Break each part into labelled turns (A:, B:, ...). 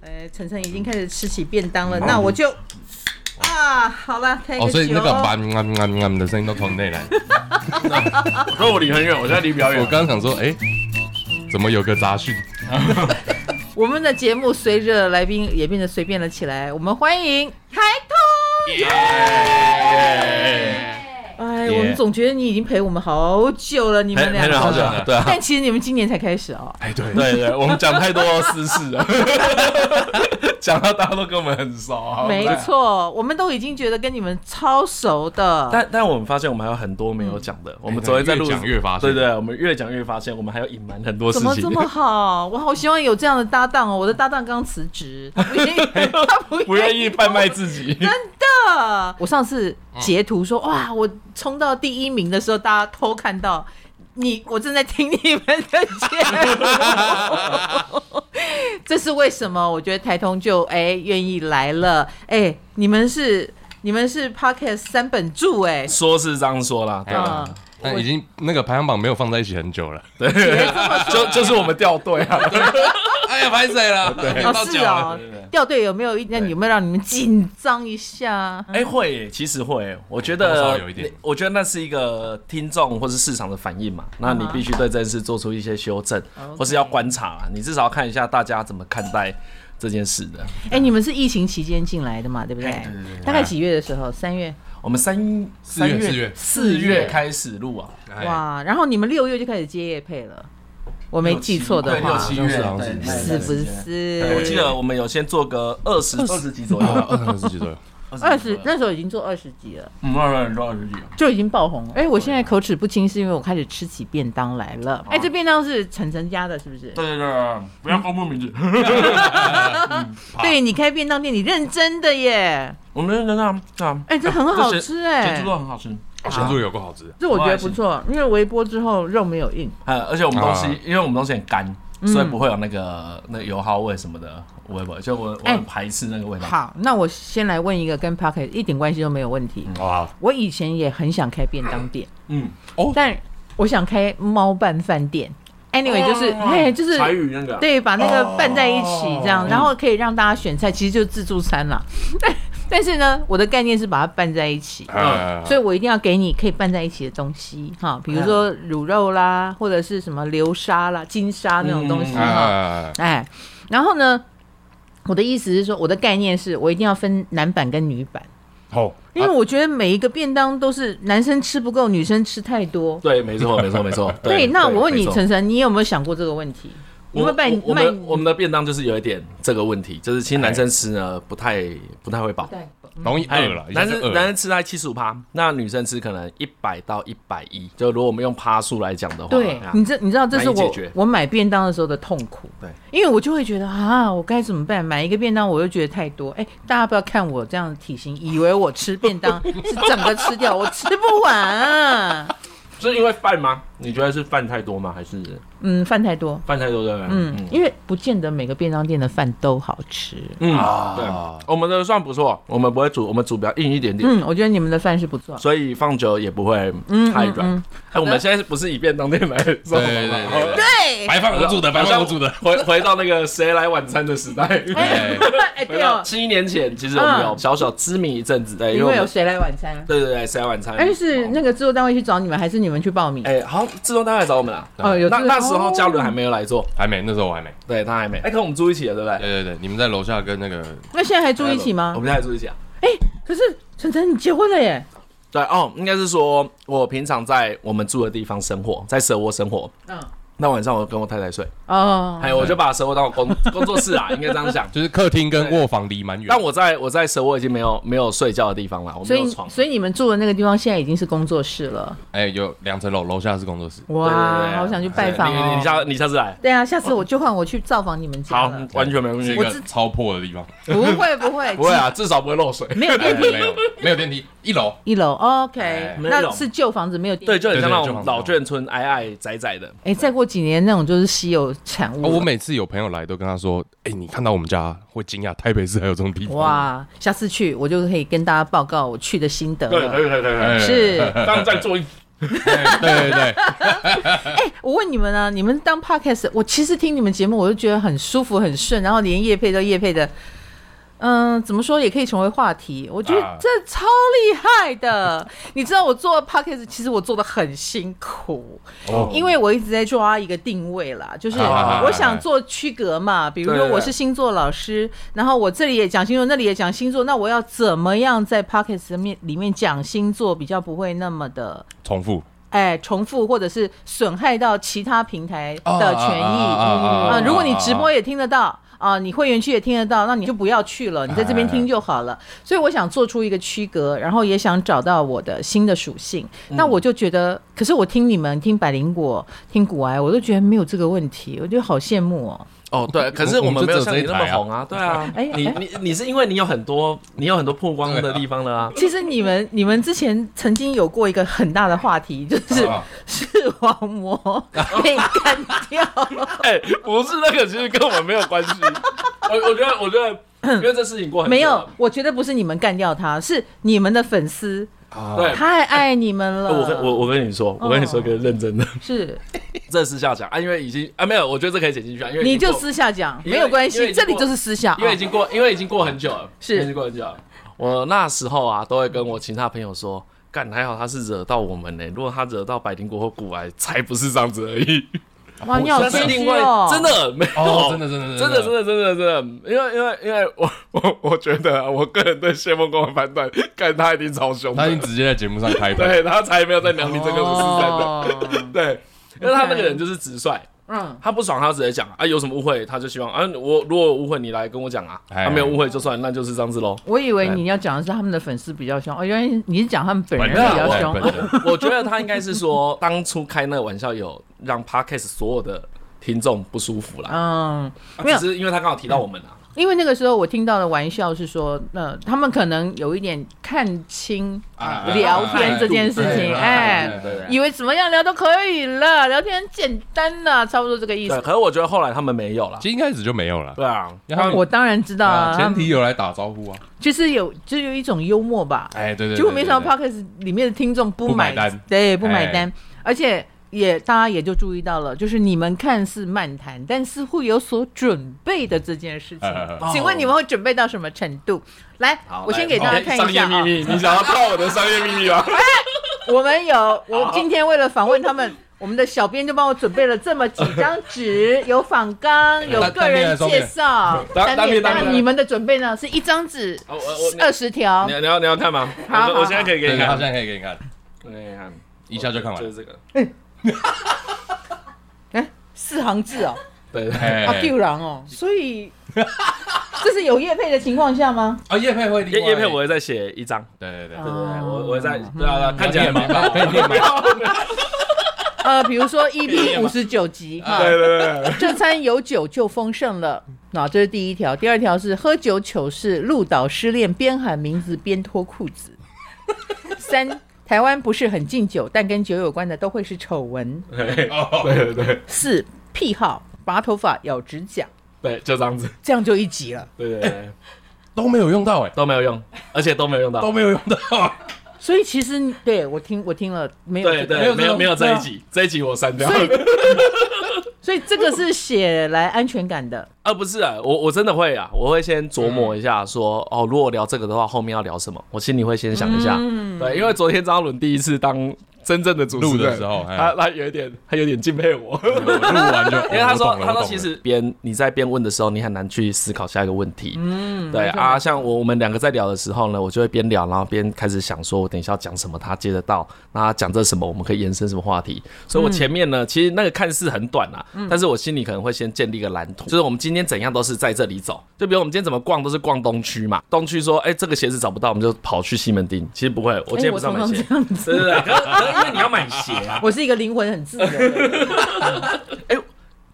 A: 哎，晨晨已经开始吃起便当了，
B: 嗯
A: 那我就啊，好了，开个
C: 哦，所以那个
A: 球
C: 吧嗯啊嗯啊嗯啊的声音都从内来。
B: 我说我离很远，我现在离表
C: 我
B: 远。
C: 刚刚想说，哎、怎么有个杂讯？
A: 我们的节目随着来宾也变得随便了起来，我们欢迎台通。哎，
C: 耶
A: 我们总觉得你已经陪我们好久了，你们
B: 陪
A: 两
B: 陪
A: 个，
B: 了好久了
C: 对啊
A: 但其实你们今年才开始哦。
C: 哎，对
B: 对对，我们讲太多私事了， 讲到大家都跟我们很熟。啊好
A: 没。错，我们都已经觉得跟你们超熟的。
B: 但但我们发现我们还有很多没有嗯哎讲的，我们昨天在路
C: 越讲越发现
B: 对对，我们越讲越发现，我们还有隐瞒很多事
A: 怎么
B: 情
A: 这。么好？我好希望有这样的搭档哦！我的搭档刚辞 职，他不愿意，他
B: 不愿意贩卖自己，
A: 啊我上次截图说，哇，我冲到第一名的时候，大家偷看到你，我正在听你们的节目， 这是为什么？我觉得台通就哎愿、意来了，哎、你们是你们是 Pocket 三本柱哎、
B: 说是这样说啦，对啊吧？
A: 嗯，
C: 但哎已经那个排行榜没有放在一起很久了。
B: 对，就就是我们掉队啊，
C: 哎呀，排谁了？对啊
A: 哦是哦
B: 对对对，
A: 掉队有没有？那有没有让你们紧张一下？
B: 哎、会耶，其实会耶，我觉
C: 多
B: 得
C: 少有一点
B: 我觉得那是一个听众或是市场的反应嘛。那你必须对这件事做出一些修正，
A: OK
B: 或是要观察啦，你至少要看一下大家怎么看待这件事的。
A: 哎、你们是疫情期间进来的嘛，对不对？
B: 哎对对对
A: 大概几月的时候？三月。
B: 我们三
C: 四月
B: 三
C: 四月
B: 四月开始录啊，
C: 哇，
A: 哇，然后你们六月就开始接夜配了，我没记错的
B: 对六
A: 话，
B: 七
C: 好像
B: 月
C: 是好像是
B: 对
A: 是不是？
B: 我记得我们有先做个二十二十集左右，啊
C: 二十几 左右。
A: 二十那时候已经做二十集了，
B: 嗯二十二十集，
A: 就已经爆红了。哎，我现在口齿不清，是因为我开始吃起便当来了。哎，这便当是晨晨家的，是不是？
B: 对对对，不要公布名字。
A: 对你开便当店，你认真的耶。
B: 我们真的啊，对啊，
A: 哎，这很好吃哎
B: 咸猪，肉很好吃。
C: 咸猪哦有够好吃，
A: 这我觉得不错，因为微波之后肉没有硬。
B: 呃，而且我们东西，
C: 啊
B: 因为我们东西很干，所以
A: 嗯
B: 不会有那个那个油耗味什么的，我也不会，就我我
A: 哎
B: 很排斥那个味道。
A: 好，那我先来问一个跟 Pocket 一点关系都没有问题。
C: 哇，
A: 我以前也很想开便当店，
B: 嗯，
A: 但我想开猫拌饭店。Anyway，就是
B: 哦
A: 嘿，就是
B: 柴鱼那个啊，
A: 对，把哦那个拌在一起这
C: 哦
A: 样，然后可以让大家选菜，其实就是自助餐啦。 但但是呢，我的概念是把它拌在一起，
C: 啊
A: 所以我一定要给你可以拌在一起的东西哈，比如说卤肉啦，或者是什么流沙啦、金沙那种东西
B: 嗯
A: 哈。
C: 啊，
A: 哎，然后呢，我的意思是说，我的概念是我一定要分男版跟女版，
C: 啊好，
A: 因为我觉得每一个便当都是男生吃不够，女生吃太多。
B: 对，没错，没错，没错。
A: 对，那我问
B: 没
A: 你，
B: 错
A: 晨晨，你有没有想过这个问题？你
B: 我
A: 会拌
B: 我我们
A: 卖
B: 的我们的便当就是有一点这个问题，就是其实男生吃呢不太不太会饱，哎
A: 对
C: 容易饿了，
B: 男
C: 哎已经是
B: 生
C: 饿
B: 男
C: 了
B: 生吃在七十五趴，那女生吃可能一百到一百一，就如果我们用趴数来讲的话，
A: 对嗯
B: 啊，
A: 你这你知道这是
B: 难以解
A: 我
B: 决
A: 我买便当的时候的痛苦。
B: 对，
A: 因为我就会觉得啊，我该怎么办？买一个便当我又觉得太多。哎，大家不要看我这样的体型，以为我吃便 当是整个吃掉，我吃不完。啊
B: 是因为饭吗？你觉得是饭太多吗？还是
A: 嗯，饭太多。
B: 饭太多对不对？
A: 嗯，因为不见得每个便当店的饭都好吃。
B: 嗯
C: 啊
B: 对，我们的算不错，我们不会煮，我们煮比较硬一点点。
A: 嗯，我觉得你们的饭是不错。
B: 所以放久也不会太
A: 嗯
B: 软。哎、我们现在是不是以便当店来对
C: 对对 对对对，
A: 对，
C: 白饭我煮的，白饭我煮的。
B: 回回到那个谁来晚餐的时代，
C: 哎，
A: 哎，
B: 回
A: 对
B: 到
A: 哦，
B: 七年前，其实我们有
A: 嗯
B: 小小知名一阵子，对，因
A: 因
B: 为
A: 为
B: 我
A: 有
B: 们
A: 谁来晚餐？
B: 对对对谁来晚餐，
A: 哎，是那个制作单位去找你们，还是你们去报名？
B: 哦哎、好像自动单位来找我们了。
A: 哦，有
B: 那
A: 这个
B: 那时候
A: 哦
B: 嘉伦还没有来做，
C: 还没，那时候我还没。
B: 对他还没。哎、跟我们住一起了，对不对？
C: 对对对，你们在楼下跟那个
A: 那现在还住一起吗
B: 我？们现在住一起啊。
A: 可是晨晨，你结婚了耶？
B: 对哦，应该是说我平常在我们住的地方生活，在蛇窝生活。
A: 嗯，
B: 那晚上我跟我太太睡，
A: 哦
B: 还，有我就把蛇窝当 我工工作室啊，应该这样想。
C: 就是客厅跟卧房离蛮远，
B: 但我在我在蛇窝已经没有没有睡觉的地方了，我
A: 所
B: 没有
A: 以
B: 床。
A: 所以你们住的那个地方现在已经是工作室了，
C: 哎有两层楼，楼下是工作室。
B: 对对
A: 哇，
B: 对
A: 好想去拜访
B: 你
A: 哦。
B: 你下你下次来，
A: 对啊，下次我就换我去造访你们家
B: 好
A: 了。，
B: 完全没问
C: 是一
B: 题。
A: 我
C: 个超破的地方，
A: 不会不会，
B: 不会啊，至少不会 漏水。
A: 没有
C: 哎
A: 电梯，
C: 没有没有电梯，一楼
A: 一楼
C: 哎
A: OK，
B: 没有
A: 那是旧房子没有电
B: 对，
A: 梯。
B: 就很像那
C: 对对
B: 种
C: 就
B: 老眷村，矮矮窄窄的。
A: 哎，再过几年那种就是稀有产
C: 啊，
A: 物
C: 我
A: 了。
C: 每次有朋友来都跟他说：“哎、你看到我们家会惊讶，台北市还有这种地方。”，
A: 哇，下次去我就可以跟大家报告我去的心得了。
B: 对对，
C: 哎
A: 是，
B: 当然再做一
C: 哎对对对，
A: 我问你们啊，你们当 podcast，我其实听你们节目，我就觉得很舒服、很顺，然后连叶配都叶配的，嗯、怎么说也可以成为话题。我觉得
C: 啊
A: 这超厉害的。你知道我做 podcast，其实我做的很辛苦，
C: 哦
A: 因为我一直在抓一个定位啦，就是
C: 啊
A: 我想做区隔嘛，比如
B: 对
A: 说
B: 对对
A: 我是星座老师，然后我这里也讲星座，那里也讲星座，那我要怎么样在 podcast 面里面讲星座，比较不会那么的。
C: 重复
A: 哎重复或者是损害到其他平台的权益
C: 啊啊啊啊啊
A: 啊。
C: 啊
A: 如果你直播也听得到啊，你会员区也听得到，那你就不要去了，你在这边听就好了。所以我想做出一个区隔，然后也想找到我的新的属性。那我就觉得，可是我听你们听百灵果、听古癌，我都觉得没有这个问题，我觉得好羡慕哦。
B: 哦，对，可是我们没有像你那么
C: 我
B: 红啊，对啊
A: 哎，
B: 你
A: 哎
B: 你你是因为你有很多你有很多曝光的地方了啊，
A: 其实你们你们之前曾经有过一个很大的话题，就是
C: 啊
A: 视网膜被干掉。
B: 哎，不是那个，其实跟我们没有关 系。我我觉得我觉得，因为这事 情过很久
A: 嗯没有
B: 了，
A: 我觉得不是你们干掉他，是你们的粉丝
C: 啊
B: 对。呃
A: 太爱你们了。
B: 哎我跟我我跟你说，我跟你
A: 哦
B: 说个认真 的，
A: 是，
B: 这私下讲啊，因为已经啊没有，我觉得这可以剪进去啊，因为
A: 你
B: 已经
A: 就
B: 过
A: 私下讲
B: 因
A: 没
B: 为
A: 有关
B: 因为
A: 系，
B: 已经
A: 这里
B: 过
A: 就是私下。
B: 因为
A: 哦
B: 已经过，因为已经过很久了，
A: 是
B: 因为已经过很久了。我那时候啊，都会跟我其他朋友说，干还好他是惹到我们呢、如果他惹到百灵果或古癌，才不是这样子而已。
A: 哇，你好
B: 那是
A: 谦
B: 另
A: 虚
B: 外
A: 哦，
B: 真。的没有，
C: 哦，真的真的
B: 真的真的真的真的，因为因为因为我我我觉得、啊、我个人对谢梦工的判断，干他一定超凶
C: 他已
B: 的，
C: 经直接在节目上开喷，
B: 对他才没有在聊你这个不是真的，
A: 哦，
B: 对，因为他那个人就是直率。
A: 嗯，
B: 他不爽，他就直接讲啊，有什么误会，他就希望啊，我如果有误会你来跟我讲啊，他、
C: 哎
B: 没有误会就算，那就是这样子喽。
A: 我以为你要讲的是他们的粉丝比较凶，哦，原来你是讲他们本人
C: 本
A: 比
C: 人
A: 较
C: 对
A: 凶
C: 本。人
B: 啊 我觉得他应该是说，当初开那个玩笑有让 podcast 所有的听众不舒服啦，
A: 嗯，
B: 啊
A: 没有
B: 只是因为他刚好提到我们啊，
A: 因为那个时候我听到的玩笑是说，呃，他们可能有一点看清
C: 啊
A: 聊天这件事情，哎，
B: 对对
A: 以为怎么样聊都可以了，聊天很简单啦，差不多这个意
B: 对，
A: 思。
B: 可是我觉得后来他们没有啦
C: 其，实一开始就没有了。
B: 对啊，
C: 然后
A: 我当然知道
C: 啊，
A: 啊，
C: 前提有来打招呼啊，
A: 就是有就有一种幽默吧。
C: 哎，对对，
A: 结果没想到
C: 怕
A: Podcast 里面的听众不买
C: 不买单
A: 对，不买单，而且也大家也就注意到了，就是你们看似漫谈，但似乎有所准备的这件事情。
C: 哎
B: 哦
A: 请问你们会准备到什么程度？来，我先给大家看一下啊、
B: 密，你想 要套我的商业秘密吗？
A: 我们有，我今天为了访问他们，我们的小编就帮我准备了这么几张纸，有访纲，有个人介绍，
B: 单
A: 三
B: 单
A: 点
B: 面
A: 当
B: 单面
A: 然你们的准备呢是一张纸
B: 哦我我
A: 二十条
B: 你，你要你要看吗？
A: 好好
B: 我我现在可以给
C: 对，
B: 你
C: 对他现
B: 看，
C: 在可以给你看，
B: 我给你看，
C: 一下就看完
B: 就是这个，
A: 哎，四行字哦，
B: 对，
C: 哎
A: 啊，丢狼哦，所以 这是有叶配的情况下吗？
C: 啊，叶佩会，
B: 叶叶片我，会再写一张，
C: 对对对，
B: 对对对，
A: 哦
B: 我我会再对啊，对啊看起来蛮棒，
C: 可以念吗？
A: 呃，比如说 EP 五十九集啊，
B: 对对对。
A: 这餐有酒就丰盛了。那、这是第一条，第二条是喝酒糗事，鹿岛失恋，边喊名字边脱裤子。三，台湾不是很禁酒，但跟酒有关的都会是丑闻。
B: 对对对
A: 四，癖好，拔头发、咬指甲，
B: 对，就这样子，
A: 这样就一集了。
B: 对对对，
C: 都没有用到哎，
B: 都没有用，而且都没有用到
C: 都。没有用到，
A: 所以其实对我听我听了没有、
B: 对
A: 这个，
B: 对，没
C: 没有
B: 有没有这
C: 这
B: 一
C: 种
B: 集，这一集我删掉
A: 所以
B: 了。
A: 所以这个是写来安全感的。
B: 啊，不是啊，我我真的会啊，我会先琢磨一下说，哦，如果聊这个的话，后面要聊什么，我心里会先想一下。对，因为昨天张嘉伦第一次当真正的主持
C: 录
B: 人
C: 的时候哎
B: 他他有一点，他有点敬佩我。
C: 我录 完就，
B: 因为他
C: 我
B: 说，
C: 懂了
B: 他
C: 我懂
B: 说
C: 了
B: 其实边你在边问的时候，你很难去思考下一个问题。嗯，对啊，像我我们两个在聊的时候呢，我就会边聊，然后边开始想说，我等一下要讲什么，他接得到，那他讲这什么，我们可以延伸什么话题。所
A: 嗯
B: 以我前面呢，其实那个看似很短啊，但是我心里可能会先建立一个蓝图，就是我们今天怎样都是在这里走。就比如我们今天怎么逛都是逛东区嘛，东区说，哎，这个鞋子找不到，我们就跑去西门町。其实不会，我今天
A: 哎
B: 不
A: 我
B: 是要
A: 常
B: 买
A: 常
B: 鞋，
A: 这样子，
B: 对对对，可是可是因为你要买鞋 啊，
A: 我是一个灵魂很自由的人。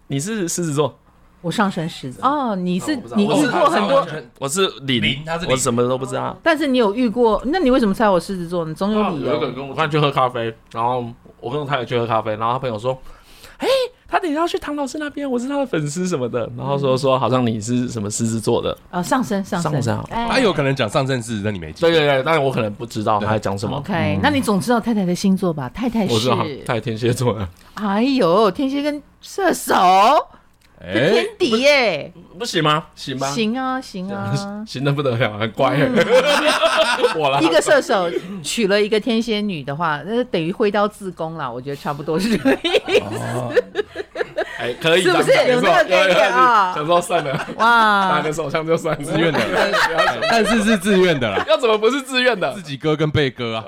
B: 你是狮子座。
A: 我上升狮子哦，你是
B: 啊我不知道
A: 你
B: 我
A: 遇
B: 是
A: 过很多，
B: 我是零，
C: 零他是零
B: 我什么都不知道。
A: 但是你有遇过，那你为什么猜我狮子座呢？总啊有理
B: 有一个
A: 由。
B: 跟我突然去喝咖啡，然后我跟我太太去喝咖啡，然后他朋友说：“哎、他等一下要去唐老师那边，我是他的粉丝什么的。然后说说好像你是什么狮子座的，
A: 呃，上升上
B: 上
A: 升
B: 升啊
A: 哎
C: 他有可能讲上阵是，那你没记
B: 对对对，但我可能不知道他在讲什么。
A: OK，、那你总知道太太的星座吧？太太
B: 我知
A: 是
B: 道，他也天蝎座的，
A: 哎呦，天蝎跟射手，这
C: 哎，
A: 天敌耶、
B: 不行吗？行吧，
A: 行啊，行
B: 。
A: 啊
B: 行的不得了，很乖。欸 我啦，
A: 一个射手娶了一个天蝎女的话，那等于挥刀自宫啦，我觉得差不多是这个 意思。
B: 哎，可以，
A: 是不是
B: 这样
A: 有这个
B: 没错
A: 概念
B: 有有有
A: 啊
B: 想说算了，打
A: 哇
B: 个，手枪就算
C: 自 愿，的，但是是自愿
A: 啊
C: 的啦，
B: 要怎么不是自愿的
C: 自？己哥跟贝哥啊，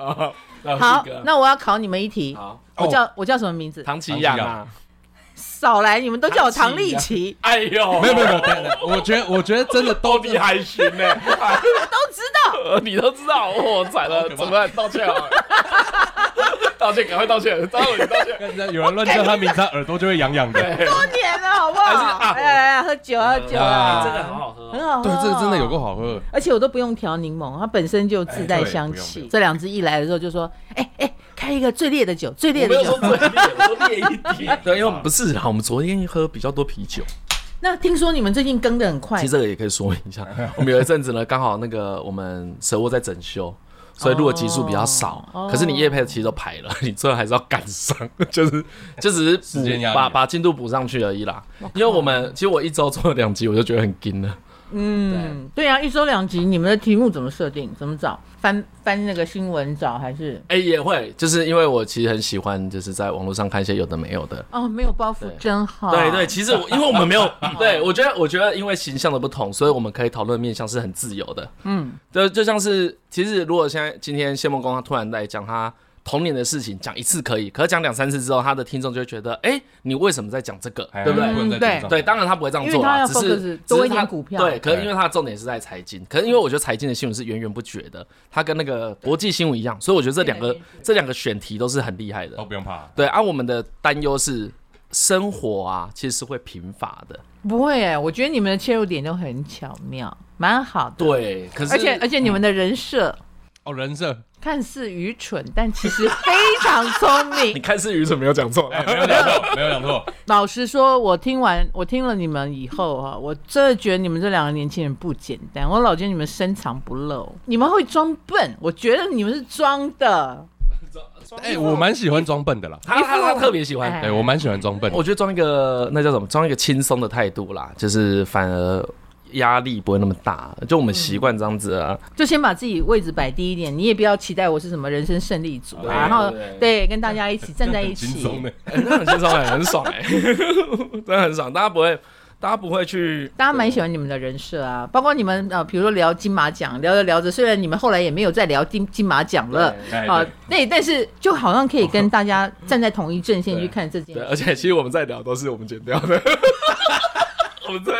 B: 啊
A: 好，
B: 那
A: 那我要考你们一题，
B: 好，
A: 我
C: 哦
A: 叫我叫什么名字？
B: 唐奇亚啊，
A: 少来，你们都叫我
B: 唐
A: 唐
B: 琪
A: 丽
B: 呀
A: 琪，
B: 哎呦，
C: 没有没有没有等等，我觉得我觉得真的都
B: 哦，你还行呢，
A: 都知道。
B: 你都知道，我惨了，怎么办？道歉啊！ 道歉，赶快道歉！张伟，道 歉！
C: 有人乱叫他名字，他耳朵就会痒痒的。
A: 多年了，好不
B: 还是
A: 好？
B: 啊
A: 来来来，喝酒喝酒
C: 啊
A: 啊，
B: 这个很好喝
A: 很好喝
C: 对
A: 哦，，
C: 这个真的有够好喝。
A: 而且我都不用调柠檬，它本身就自带香
C: 哎对不
A: 气。
C: 用不用
A: 这两只一来的时候就说：“哎、哎、开一个最烈的酒，最烈
B: 我没
A: 的
B: 有
A: 酒。
B: 说最烈，我说烈一点。对，因为我们不是啦，我们昨天喝比较多啤酒，”
A: 那听说你们最近更的很快
B: 其实，这个也可以说明一下。
C: 哎
B: 我们有一阵子呢，刚好那个我们蛇窝在整修。所以录的集数比较少，
A: 哦
B: 可是你夜配其实都排了， 你最后还是要赶上， 就是就只是
C: 时间
B: 补
C: 压力
B: 把把进度补上去而已啦。因为我们其实我一周做了两集，我就觉得很紧了。
A: 嗯，对啊，一周两集，你们的题目怎么设定？怎么找？翻翻那个新闻找还是？
B: 哎、也会，就是因为我其实很喜欢，就是在网络上看一些有的没有的。
A: 哦，没有包袱真好。
B: 对对，，其 实我因为我们没有，嗯对我觉得我觉得因为形象的不同，所以我们可以讨论的面向是很自由的。
A: 嗯，
B: 就就像是其实如果现在今天谢梦工他突然来讲他童年的事情，讲一次可以，可是讲两三次之后，他的听众就会觉得，哎、你为什么在讲这个，
C: 哎
B: 对不对？
A: 嗯对
B: 对，当然他不会这样做啦，
A: 因为
B: 只
A: 他要
B: 是
A: focus
B: 只是
A: 多一点
B: 他
A: 股票
B: 对，可是因为他的重点是在财经，可是因为我觉得财经的新闻是源源不绝的，它跟那个国际新闻一样，所以我觉得这两个这两个选题都是很厉害的
C: 都。不用怕。
B: 对，啊按、我们的担忧是生活啊，其实是会贫乏的。
A: 不会哎、我觉得你们的切入点都很巧妙，蛮好的。
B: 对，可是
A: 而且而且你们的人设。
C: 哦，人设
A: 看似愚蠢，但其实非常聪明
B: 你。看是愚蠢没有讲错，
C: 哎，没有 讲错，没有讲错。
A: 老实说，我听完我听了你们以后哈、我真的觉得你们这两个年轻人不简单。我老觉得你们深藏不露，你们会装笨，我觉得你们是装的。
C: 哎，我蛮喜欢装笨的啦。
B: 他他他特别喜欢
A: 哎。
C: 对，我蛮喜欢装笨的。
B: 我觉得装一个那叫什么，装一个轻松的态度啦，就是反而压力不会那么大。就我们习惯这样子啊，
A: 就先把自己位置摆低一点，你也不要期待我是什么人生胜利组啊。
B: 对
A: 然后
B: 对
A: 对，跟大家一起站在一
C: 轻
A: 起。
C: 松的，
B: 欸、那很轻松哎、很爽哎、 真的很爽。大家不会，大家不会去，
A: 大家蛮喜欢你们的人设啊，包括你们呃，比如说聊金马奖，聊着聊着，虽然你们后来也没有再聊金金马奖了
C: 哎对
A: 啊
C: 对，
A: 对，但是就好像可以跟大 家站在同一阵线去看这件
B: 对，
A: 事，
B: 而且其实我们在聊都是我们剪掉 的，我们在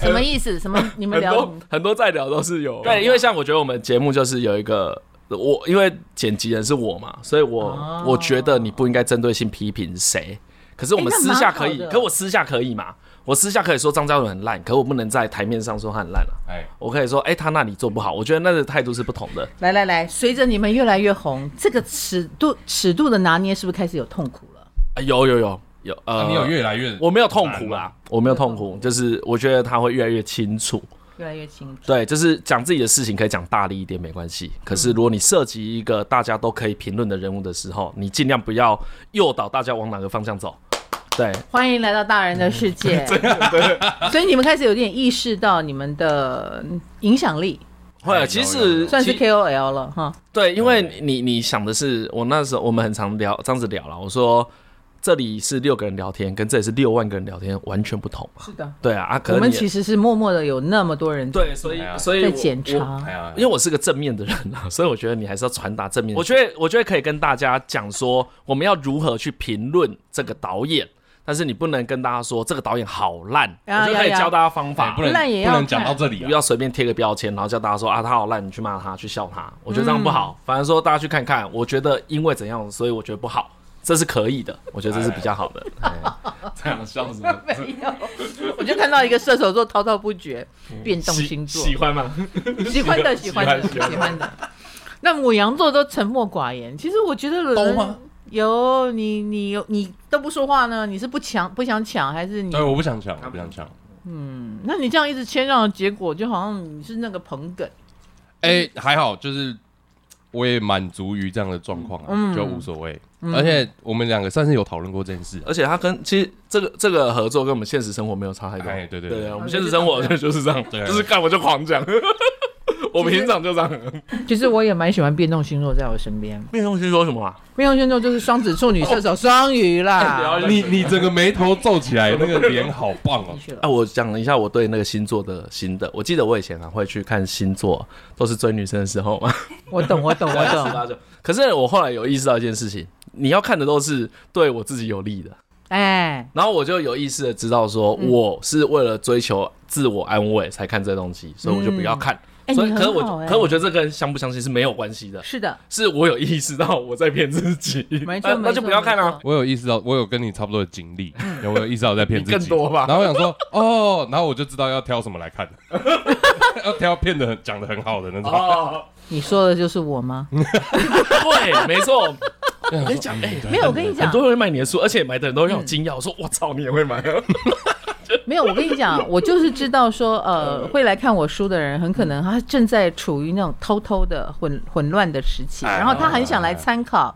A: 什么意思？什 么？你们
B: 很
A: 聊什
B: 多
A: 么？
B: 很多在聊都是有对，因为像我觉得我们节目就是有一个我，因为剪辑人是我嘛，所以我、
A: 哦
B: 我觉得你不应该针对性批评谁，可是我们
A: 诶那
B: 私
A: 蛮
B: 下
A: 好
B: 可以，
A: 的
B: 可我私下可以嘛，我私下可以说张嘉伦很烂，可我不能在台面上说他很烂啊。
C: 哎，
B: 我可以说，哎、他那里做不好，我觉得那个态度是不同的。
A: 来来来，随着你们越来越红，这个尺度尺度的拿捏是不是开始有痛苦了？
B: 啊有有有有，呃，
C: 啊你有越来越，
B: 我没有痛苦啦，我没有痛苦，就是我觉得他会越来越清楚。
A: 越来越清楚。
B: 对，就是讲自己的事情可以讲大力一点没关系，可
C: 嗯
B: 是如果你涉及一个大家都可以评论的人物的时候，你尽量不要诱导大家往哪个方向走。对，
A: 欢迎来到大人的世
B: 嗯
A: 界。所以你们开始有点意识到你们的影响力，
B: 或
C: 有
B: 者其
C: 有有
B: 实
A: 算是
B: 其
A: KOL 了哈。
B: 对，因为你你想的是，我那时候我们很常聊这样子聊了，我说这里是六个人聊天，跟这里是六万个人聊天完全不同。
A: 是的，
B: 对啊，啊，可
A: 我
B: 能
A: 们
B: 你
A: 其实是默默的有那么多人
B: 对，所以
C: 哎呀
B: 所以
A: 在
B: 我
A: 检
B: 我
A: 查
C: 哎。呀
B: 因为，我是个正面的人啊， 所以我觉得你还是要传达正面。我觉得，我觉得可以跟大家讲说，我们要如何去评论这个导演，但是你不能跟大家说这个导演好烂，
A: 啊
B: 我就可以
A: 呀呀
B: 教大家方
C: 哎
B: 法
C: 不。能
A: 那也要
C: 不能讲到这里
B: 你不
C: 啊。
B: 要随便贴个标签，然后叫大家说啊他好烂，你去骂他，去笑他。我觉得这样不
A: 嗯
B: 好，反而说大家去看看。我觉得因为怎样，所以我觉得不好，这是可以的。我觉得这是比较好的。
C: 这样笑什么？
A: 没有，我就看到一个射手座滔滔不绝，变动星座，
B: 嗯喜欢吗？
A: 喜欢的，喜欢的，
B: 喜
A: 喜
B: 欢
A: 欢的。那母羊座都沉默寡言，其实我觉得人
C: 吗
A: 有你你你都不说话呢？你是不抢不想抢，还是你？
C: 哎，我不想抢，我不想抢。
A: 那你这样一直谦让的结果，就好像你是那个捧哏。
C: 哎、还好，就是我也满足于这样的状况啊，就无所谓。而且我们两个算是有讨论过这件事、啊，
B: 而且他跟其实这个这个合作跟我们现实生活没有差太多。
C: 哎对对
B: 对啊
C: 对
B: 我们现实生活就就是这样，
C: 对啊
B: 就是干我就狂 讲，我平常就这样。
A: 其实我也蛮喜欢变动星座在我身边，
B: 面东西说什么啊？
A: 变动星座就是双子、处女、射手、双鱼啦。
C: 你你整个眉头皱起来，那个脸好棒哦
A: 进、去了
B: 哎、我讲一下我对那个星座的心得。我记得我以前还会去看星座，都是追女生的时候嘛。
A: 我懂，我懂，我
B: 十
A: 懂。
B: 八九。可 是我后来有意识到一件事情，你要看的都是对我自己有利的。
A: 哎，
B: 然后我就有意识的知道说，我是为了追求自我安慰才看这东西，所以我就不要看。
A: 哎
B: 所以，
A: 你
B: 可是
A: 很
B: 我，
A: 好哎
B: 可是我觉得这跟相不相信是没有关系的，
A: 是的，
B: 是我有意识到我在骗自己，
A: 没
B: 那
A: 错，
B: 那就
A: 没错
B: 不要看啊。。
C: 我有意识到，我有跟你差不多的经历，嗯有没有意识到我在骗自己？
B: 你更多吧
C: 然后我想说，哦，然后我就知道要挑什么来看， 要挑骗的讲的很好的那种。
B: 哦，
A: 你说的就是我吗？
B: 对，没 错，
C: 我
B: 跟你讲哎嗯
A: 没有，我跟你
B: 很
A: 讲，
B: 多人会买你的书，而且买的人都让我惊讶，我说我操，你也会买啊？
A: 没有，我跟你讲，我就是知道说，呃，会来看我书的人，很可能他正在处于那种偷偷的混混乱的时期，
C: 哎嗯
A: 然后他很想来参考。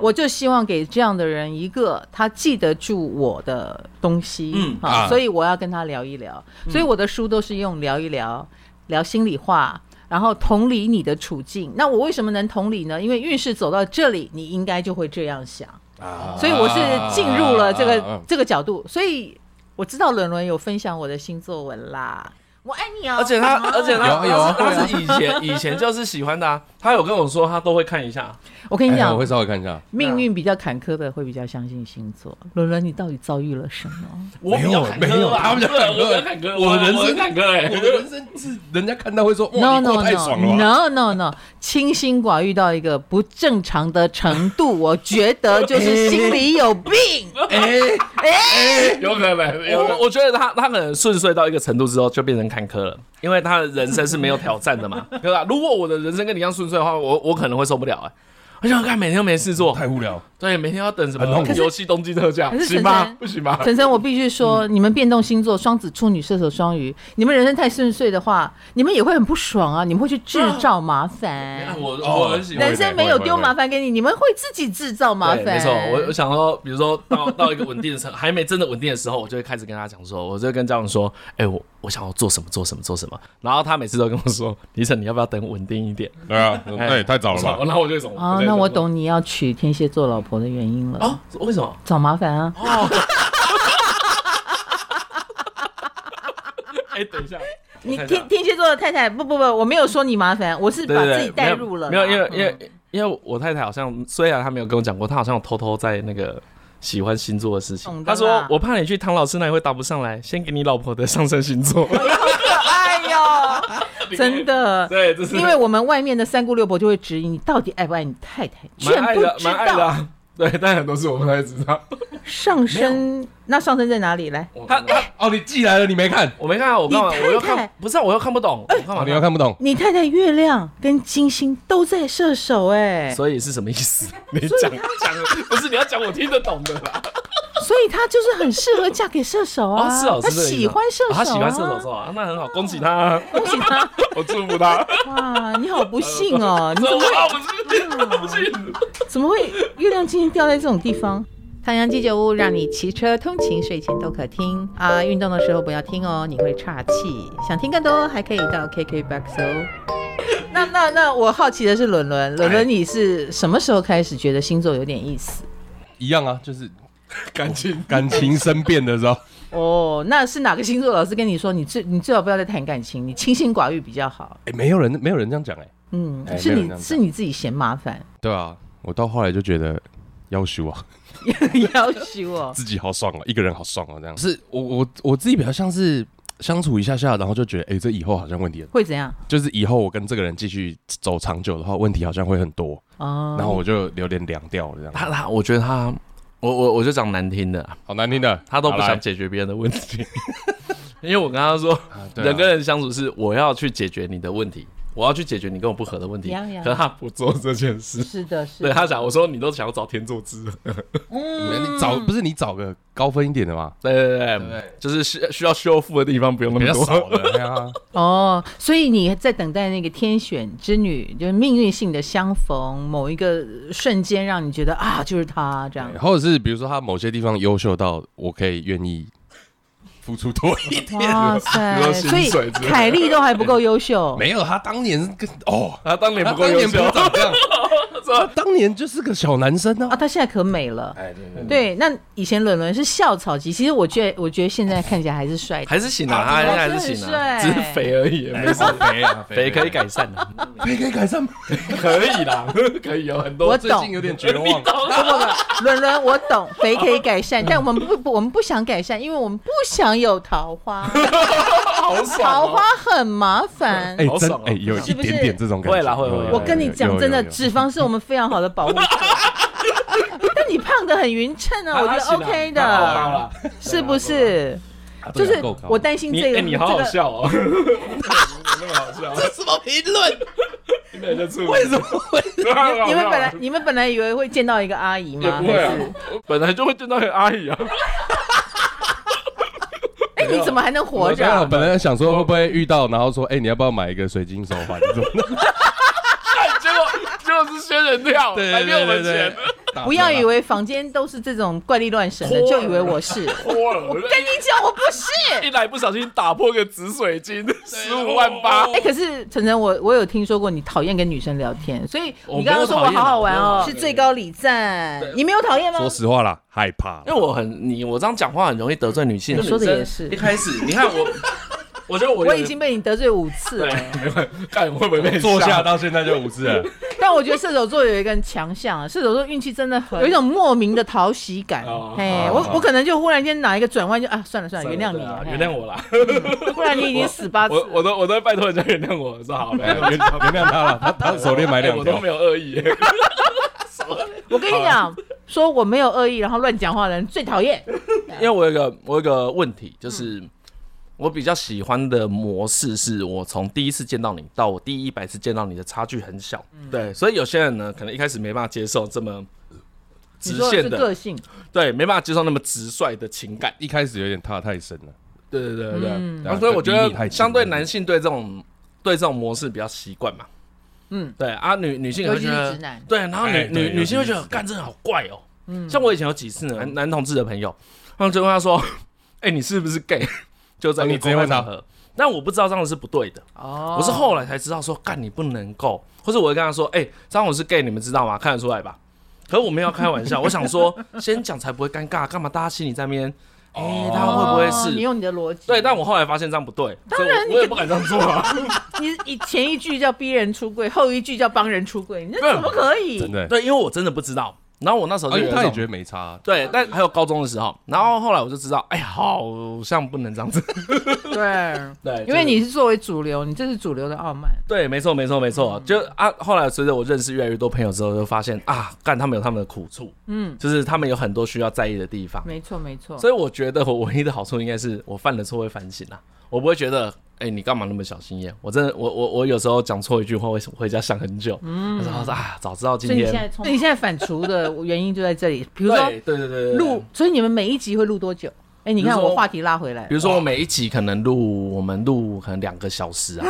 A: 我就希望给这样的人一个他记得住我的东西，
B: 嗯
A: 啊，
C: 啊嗯
A: 所以我要跟他聊一聊。所以我的书都是用聊一聊，聊心里话，然后同理你的处境。那我为什么能同理呢？因为运势走到这里，你应该就会这样想。
C: 啊
A: 所以我是进入了这
C: 啊啊啊
A: 个
C: 啊
A: 这个角度，所以我知道伦伦有分享我的星座文啦，我爱你哦。
B: 而且他，而且他，
C: 有有啊
B: 他是他是以前以前就是喜欢的啊，他有跟我说他都会看一下，
A: 我跟你
C: 哎
A: 讲
C: 我，会稍微看一下。
A: 命运比较坎坷的会比较相信星座。伦伦，你到底遭遇了什么？
B: 我比较坎
C: 没有没
B: 坷
C: 有
B: 吧，
C: 他比较
B: 对
C: 坎坷
B: 我比较坎坷，
C: 我的人
B: 我很
C: 生
B: 坎坷哎，
C: 我的人生是人家看到会说，
A: No
C: 哇，你
A: no
C: 过得太爽了
A: no no
C: 吧。
A: no no，清心寡欲到一个不正常的程度，我觉得就是心里有 病。
C: 哎，
B: 有可能，有我我觉得他他可能顺遂到一个程度之后就变成坎坷了，因为他的人生是没有挑战的嘛， 对吧？如果我的人生跟你一样顺遂的话，我我可能会受不了哎、我想看每天都没事做，
C: 太无聊。
B: 对，每天要等什么
C: 很痛苦
B: 游戏冬季特价
A: 可，是
B: 行吧
A: 晨晨？
B: 不行吧？
A: 晨晨，我必须说，你们变动星座双子、处女、射手、双鱼，你们人生太顺遂的话，你们也会很不爽啊，你们会去制造麻烦。
B: 我
C: 哦
B: 我很喜欢
A: 人。生没有丢麻烦给你，你们会自己制造麻
B: 对
A: 烦。
B: 没错，我我想说，比如说到到一个稳定的时候，还没真的稳定的时候，我就会开始跟他讲说，我就会跟家长说，哎、我我想要做什么做什么做什么，然后他每次都跟我说，李晨，你要不要等稳定一点？
C: 对啊，对，太早了吧
B: 然？后我就一种
A: 哦，那我。懂你要娶天蝎座老婆的原因了。
B: 哦，为什么？
A: 找麻烦啊！
B: 哎、等一下，
A: 你
B: 看一下
A: 天天蝎座的太太，不不不，我没有说你麻烦，我是
B: 对
A: 把
B: 对对，
A: 自己带入了啦。
B: 没有，没有因为
A: 嗯
B: 因为因为我太太好像虽然她没有跟我讲过，她好像有偷偷在那个。喜欢星座的事情，
A: 懂
B: 她
A: 的啦
B: 说：“我怕你去唐老师那里会答不上来，先给你老婆的上升 星座。，
A: 哎呦，真”的
B: 对，这是
A: 因为我们外面的三姑六婆就会质疑你到底爱不爱你太太，
B: 蛮
A: 全
B: 爱
A: 不
B: 的，
A: 知
B: 蛮爱的
A: 道
B: 啊。对，但很多事我不太知道。
A: 上升，那上升在哪里？来，
B: 他他
C: 哦，你寄来了，你没看？
B: 我没看啊，我干嘛？
A: 你太
B: 我又看
A: 太
B: 不是啊，我又看不懂，我干嘛
C: 哦，你又？看不懂。
A: 你太太月亮跟金星都在射手，哎，
B: 所以是什么意思？你讲讲，不是你要讲我听得懂的 啦。
A: 所以她就是很适合嫁给射手啊。
B: 哦，是哦，
A: 她
B: 是这个意思
A: 喜欢射手啊，
B: 哦
A: 哦
B: 他喜欢射手座啊，那很好，恭喜他啊，
A: 恭喜她！
B: 我祝福他。
A: 哇，你好不幸哦， 你怎么会
B: 我不是不是。
A: 怎么会月亮金星掉在这种地 方？唐阳鸡酒屋让你骑车、通勤、睡前都可听啊！运动的时候不要听哦，你会岔气。想听更多，还可以到 KKBOX 哦。 那那那，我好奇的是伦伦，伦伦你是什么时候开始觉得星座有点意思？
C: 一样啊，就是
B: 感情
C: 感情生变的时候。
A: 哦，那是哪个星座老师跟你说你最你最好不要再谈感情，你清心寡欲比较好？
C: 哎，没有人，没有人这样讲哎。
A: 嗯，
C: 哎
A: 是
C: 没有人
A: 你
C: 这样讲
A: 是你自己嫌麻烦，
C: 对啊，我到后来就觉得要修啊，
A: 要求我。
C: 自己好爽哦、一个人好爽哦、这样。是我我我自己比较像是相处一下下，然后就觉得，哎、这以后好像问题，
A: 会怎样？
C: 就是以后我跟这个人继续走长久的话，问题好像会很多，
A: 哦，
C: 然后我就有点凉掉了，这样。
B: 他他，我觉得他，我我我就讲难听的啊，
C: 好难听的，
B: 他都不
C: 好来
B: 想解决别人的问 题。因为我跟他说，
C: 啊对啊
B: 人跟人相处是我要去解决你的问题，我要去解决你跟我不合的问题
A: 一样一样，
B: 可是他不做这件事。
A: 是的，是
B: 对
A: 的，
B: 他想，我说你都想要找天作之合，
A: 嗯
C: 你找不是你找个高分一点的嘛，
B: 对对对
C: 对
B: 就是需需要修复的地方不用那
C: 比较
B: 么多。
C: 少的，对啊，
A: 哦，所以你在等待那个天选之女，就是命运性的相逢，某一个瞬间让你觉得啊，就是她这样。
C: 或者是比如说他某些地方优秀到我可以愿意付出多一点，
A: 哇
B: 你
A: 塞！
B: 说薪
A: 所以
B: 水之类的
A: 凯莉都还不够优秀，
C: 没有他当年跟哦，
B: 他当年
C: 他
B: 哎不够
C: 当
B: 优
C: 年不
B: 秀
C: 是，长这样，他当年就是个小男生
A: 啊，
C: 啊，
A: 她现在可美了。
C: 哎，对对
A: 对，那以前伦伦是校草级，其实我觉得，我觉得现在看起来还是帅的。
B: 还是行啊，他还
A: 还
B: 是
A: 是欸
B: 行
A: 很
B: 啊，只
A: 帅
B: 是肥而已，没事，
C: 肥啊，
B: 哎肥可以，改善啊的，
C: 肥可以改善吗，
B: 可以啦， 可以有很多
A: 我
C: 最近有点绝望，
A: 伦伦，我懂，肥可以改善，但我们不，不我们不想改善，因为我们不想有桃花，
B: 好
A: 桃
B: 爽
A: 花
B: 哦。
A: 很麻烦。
C: 哎
B: 好
C: 真
B: 爽哦
C: 哎有一
A: 是不是
C: 点点这种感觉，
B: 会啦会会会
C: 有有
A: 我跟你讲，
C: 有
A: 真的，
C: 有有
A: 脂肪是我们非常好的保护者。但你胖的很匀称啊，我觉得 OK 的，是不是？就是
C: 啊
A: 我担心
B: 你
A: 这个，
B: 哎你好好
A: 这个
B: 笑哦，那么好笑，
C: 这什么评论？
B: 你们就出为什么会？
A: 你
B: 你
A: 们本来你们本来以为会见到一个阿姨
B: 也
A: 吗？
B: 不会啊
A: 还是，
B: 我本来就会见到一个阿姨啊。
A: 哎，你怎么还能活着
C: 刚好
A: 啊？
C: 本来想说会不会遇到，然后说，哎、你要不要买一个水晶手环？这种
B: 结果结果是仙人跳，
C: 对
B: 还
C: 对
B: 骗我
C: 对
B: 们
C: 对
B: 钱
C: 对，，
A: 不要以为房间都是这种怪力乱神的，
B: 脱了
A: 就以为我是。
B: 脱了。
A: 跟你讲，我不是
B: 一。来不小心打破个紫水晶，十五万八。
A: 哎，可是晨晨，我我有听说过你讨厌跟女生聊天，所以你刚刚说
B: 我
A: 我
B: 没有讨厌啊
A: 好好玩
B: 我没
A: 哦
B: 有讨，
A: 是
B: 厌
A: 最高礼赞。你没有讨厌吗？
C: 说实话啦，害怕
B: 因。为我很你，我这样讲话很容易得罪女性。
A: 你说的
B: 女生
A: 也是
B: 一开始你看我，我觉得我有
A: 我
B: 点
A: 已经被你得罪五次
B: 对
A: 了，，
B: 没办法，看我会不会被
C: 坐
B: 吓
C: 下到现在就五次 了，
A: 但我觉得射手座有一个强项啊，射手座运气真的很有一种莫名的讨喜感
B: 哦。
A: 哎，
C: 哦
A: 我
C: 哦
A: 我可能就忽然间哪一个转弯就啊，算了算了，原谅你
B: 啊
A: 了，，
B: 原谅我啦。
A: 我，不然你已经死八次
B: 我
A: 了。
B: 我都我都会拜托人家原谅我，我说好
C: 原
B: 呗。
C: 原谅他了，他他手链买两
B: 我都
C: 条
B: 没，有恶意。
A: 我跟你
B: 啊
A: 讲，说我没有恶意，然后乱讲话的人最讨厌。
B: 因为我有一个我有一个问题，就是我比较喜欢的模式是我从第一次见到你到我第一百次见到你的差距很小，
A: 嗯
B: 对，所以有些人呢可能一开始没办法接受这么
A: 你
B: 直
A: 说的
B: 线
A: 是
B: 的，
A: 个性，
B: 对，没办法接受那么直率的情感，
C: 一开始有点踏太深了。
B: 对对对对，
A: 嗯
B: 啊所以我觉
C: 离你太
B: 得
C: 近
B: 相对
C: 了
B: 男性对这种对这种模式比较习惯嘛，
A: 嗯，
B: 对啊，女女性可能
A: 尤其
B: 觉
A: 是
B: 得
A: 直男
B: 对，然后女
C: 哎对
B: 女女性
C: 尤
B: 会
C: 其是
B: 觉得
C: 直男嗯
B: 干这个好怪哦，嗯，像我以前有几次呢男男同志的朋友，他们就问他说， 哎，你是不是 gay？就 在
C: 哦
B: 一个
C: 你直接问他
B: 公开场合，但我不知道这样是不对的，
A: 哦
B: 我是后来才知道说干你不能够，或者我会跟他说，哎，这样我是 gay，你们知道吗？看得出来吧？可是我没有开玩笑，我想说先讲才不会尴尬，干嘛大家心里在面，哎，他会不会
A: 哦
B: 是
A: 你？用你的逻辑？
B: 对，但我后来发现这样不对，所以我我也不敢这样 做啊。
A: 你你前一句叫逼人出柜，后一句叫帮人出柜，你这
B: 对
A: 怎么可以？
C: 真的，
B: 对，因为我真的不知道。然后我那时候
C: 而
B: 就
C: 且
B: 有一
C: 哦他也
B: 种
C: 觉得没差，啊
B: 对，但还有高中的时候，然后后来我就知道，哎，好像不能这样子。
A: 对，
B: 对
A: 因为你是作为主流，你这是主流的傲慢。
B: 对，没错，没错，没错。
A: 嗯
B: 就啊，后来随着我认识越来越多朋友之后，就发现啊，干他们有他们的苦处，
A: 嗯，
B: 就是他们有很多需要在意的地方。
A: 没错没错。
B: 所以我觉得我唯一的好处应该是我犯了错会反省啊，我不会觉得，哎、你干嘛那么小心眼？我真的，我我我有时候讲错一句话会回家想很久，嗯，然后说啊，早知道今
A: 所以你
B: 天
A: 现在冲，所以你现在反刍的原因就在这里。比如
B: 对
A: 说
B: 对对对对
A: 录，所以你们每一集会录多久？哎，你
B: 比
A: 看
B: 如说
A: 我话题拉回来
B: 比，如说我每一集可能录，我们录可能两个小时啊，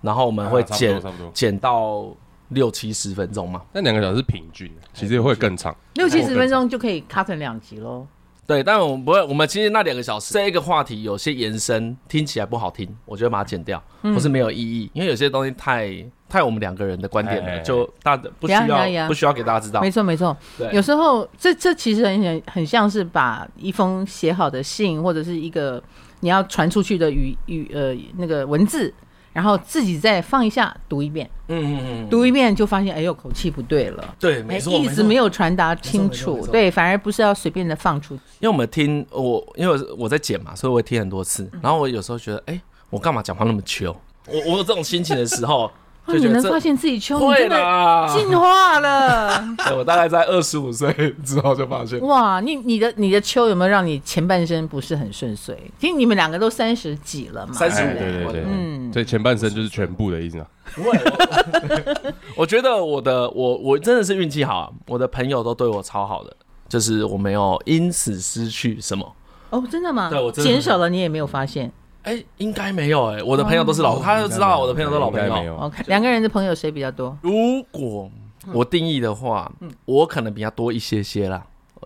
B: 然后我们会
C: 啊差不多
B: 剪
C: 差不多
B: 剪到六七十分钟嘛。
C: 那两个小时平均，其实会更长。
A: 六七十分钟就可以卡成两集喽。
B: 对，但我们不会，我们其实那两个小时这一个话题有些延伸，听起来不好听，我就会把它剪掉，
A: 嗯
B: 或是没有意义，因为有些东西太太我们两个人的观点
C: 哎哎
B: 了，
C: 哎
B: 就大家不需
A: 呀呀呀
B: 要不需要给大家知道
A: 没。错没错，
B: 对
A: 有时候这这其实很很很像是把一封写好的信或者是一个你要传出去的语语呃那个文字，然后自己再放一下读一遍，
B: 嗯嗯嗯，
A: 读一遍就发现哎呦口气不对了。
B: 对，
A: 哎
B: 没错，
A: 意思没
B: 有，
A: 有传达清
B: 没错没
A: 楚，
B: 错
A: 对，反而不是要随便的放出去。
B: 因为我们听我，因为我在剪嘛，所以我会
A: 嗯
B: 听很多次，然后我有时候觉得，哎，我干嘛讲话那么糗？我我有这种心情的时候，
A: 哇
B: 就
A: 哦啊你
B: 觉得
A: 能
B: 这
A: 发现自己秋，你
B: 会
A: 真的
B: 啦。
A: 进化了。
B: 对我大概在二十五岁之后就发现，
A: 哇，你你的你的秋有没有让你前半生不是很顺遂？其实你们两个都三十几了嘛，
B: 三十
C: 哎
B: 五，
C: 对对对，
B: 嗯
C: 嗯，所以前半生就是全部的意思啊。
B: 不会。我我 觉得我的我我真的是运气好、啊，我的朋友都对我超好的，就是我没有因此失去什么。
A: 哦，真的吗？
B: 对我真的
A: 减少了，你也没有发现。
B: 哎、应该没有哎、我的朋友都是老，他就知道我的朋友都老朋
C: 哦应该没
B: 友。
C: 有
A: OK，两个人的朋友谁比较多？
B: 如果我定义的话，我可能比他多一些些啦，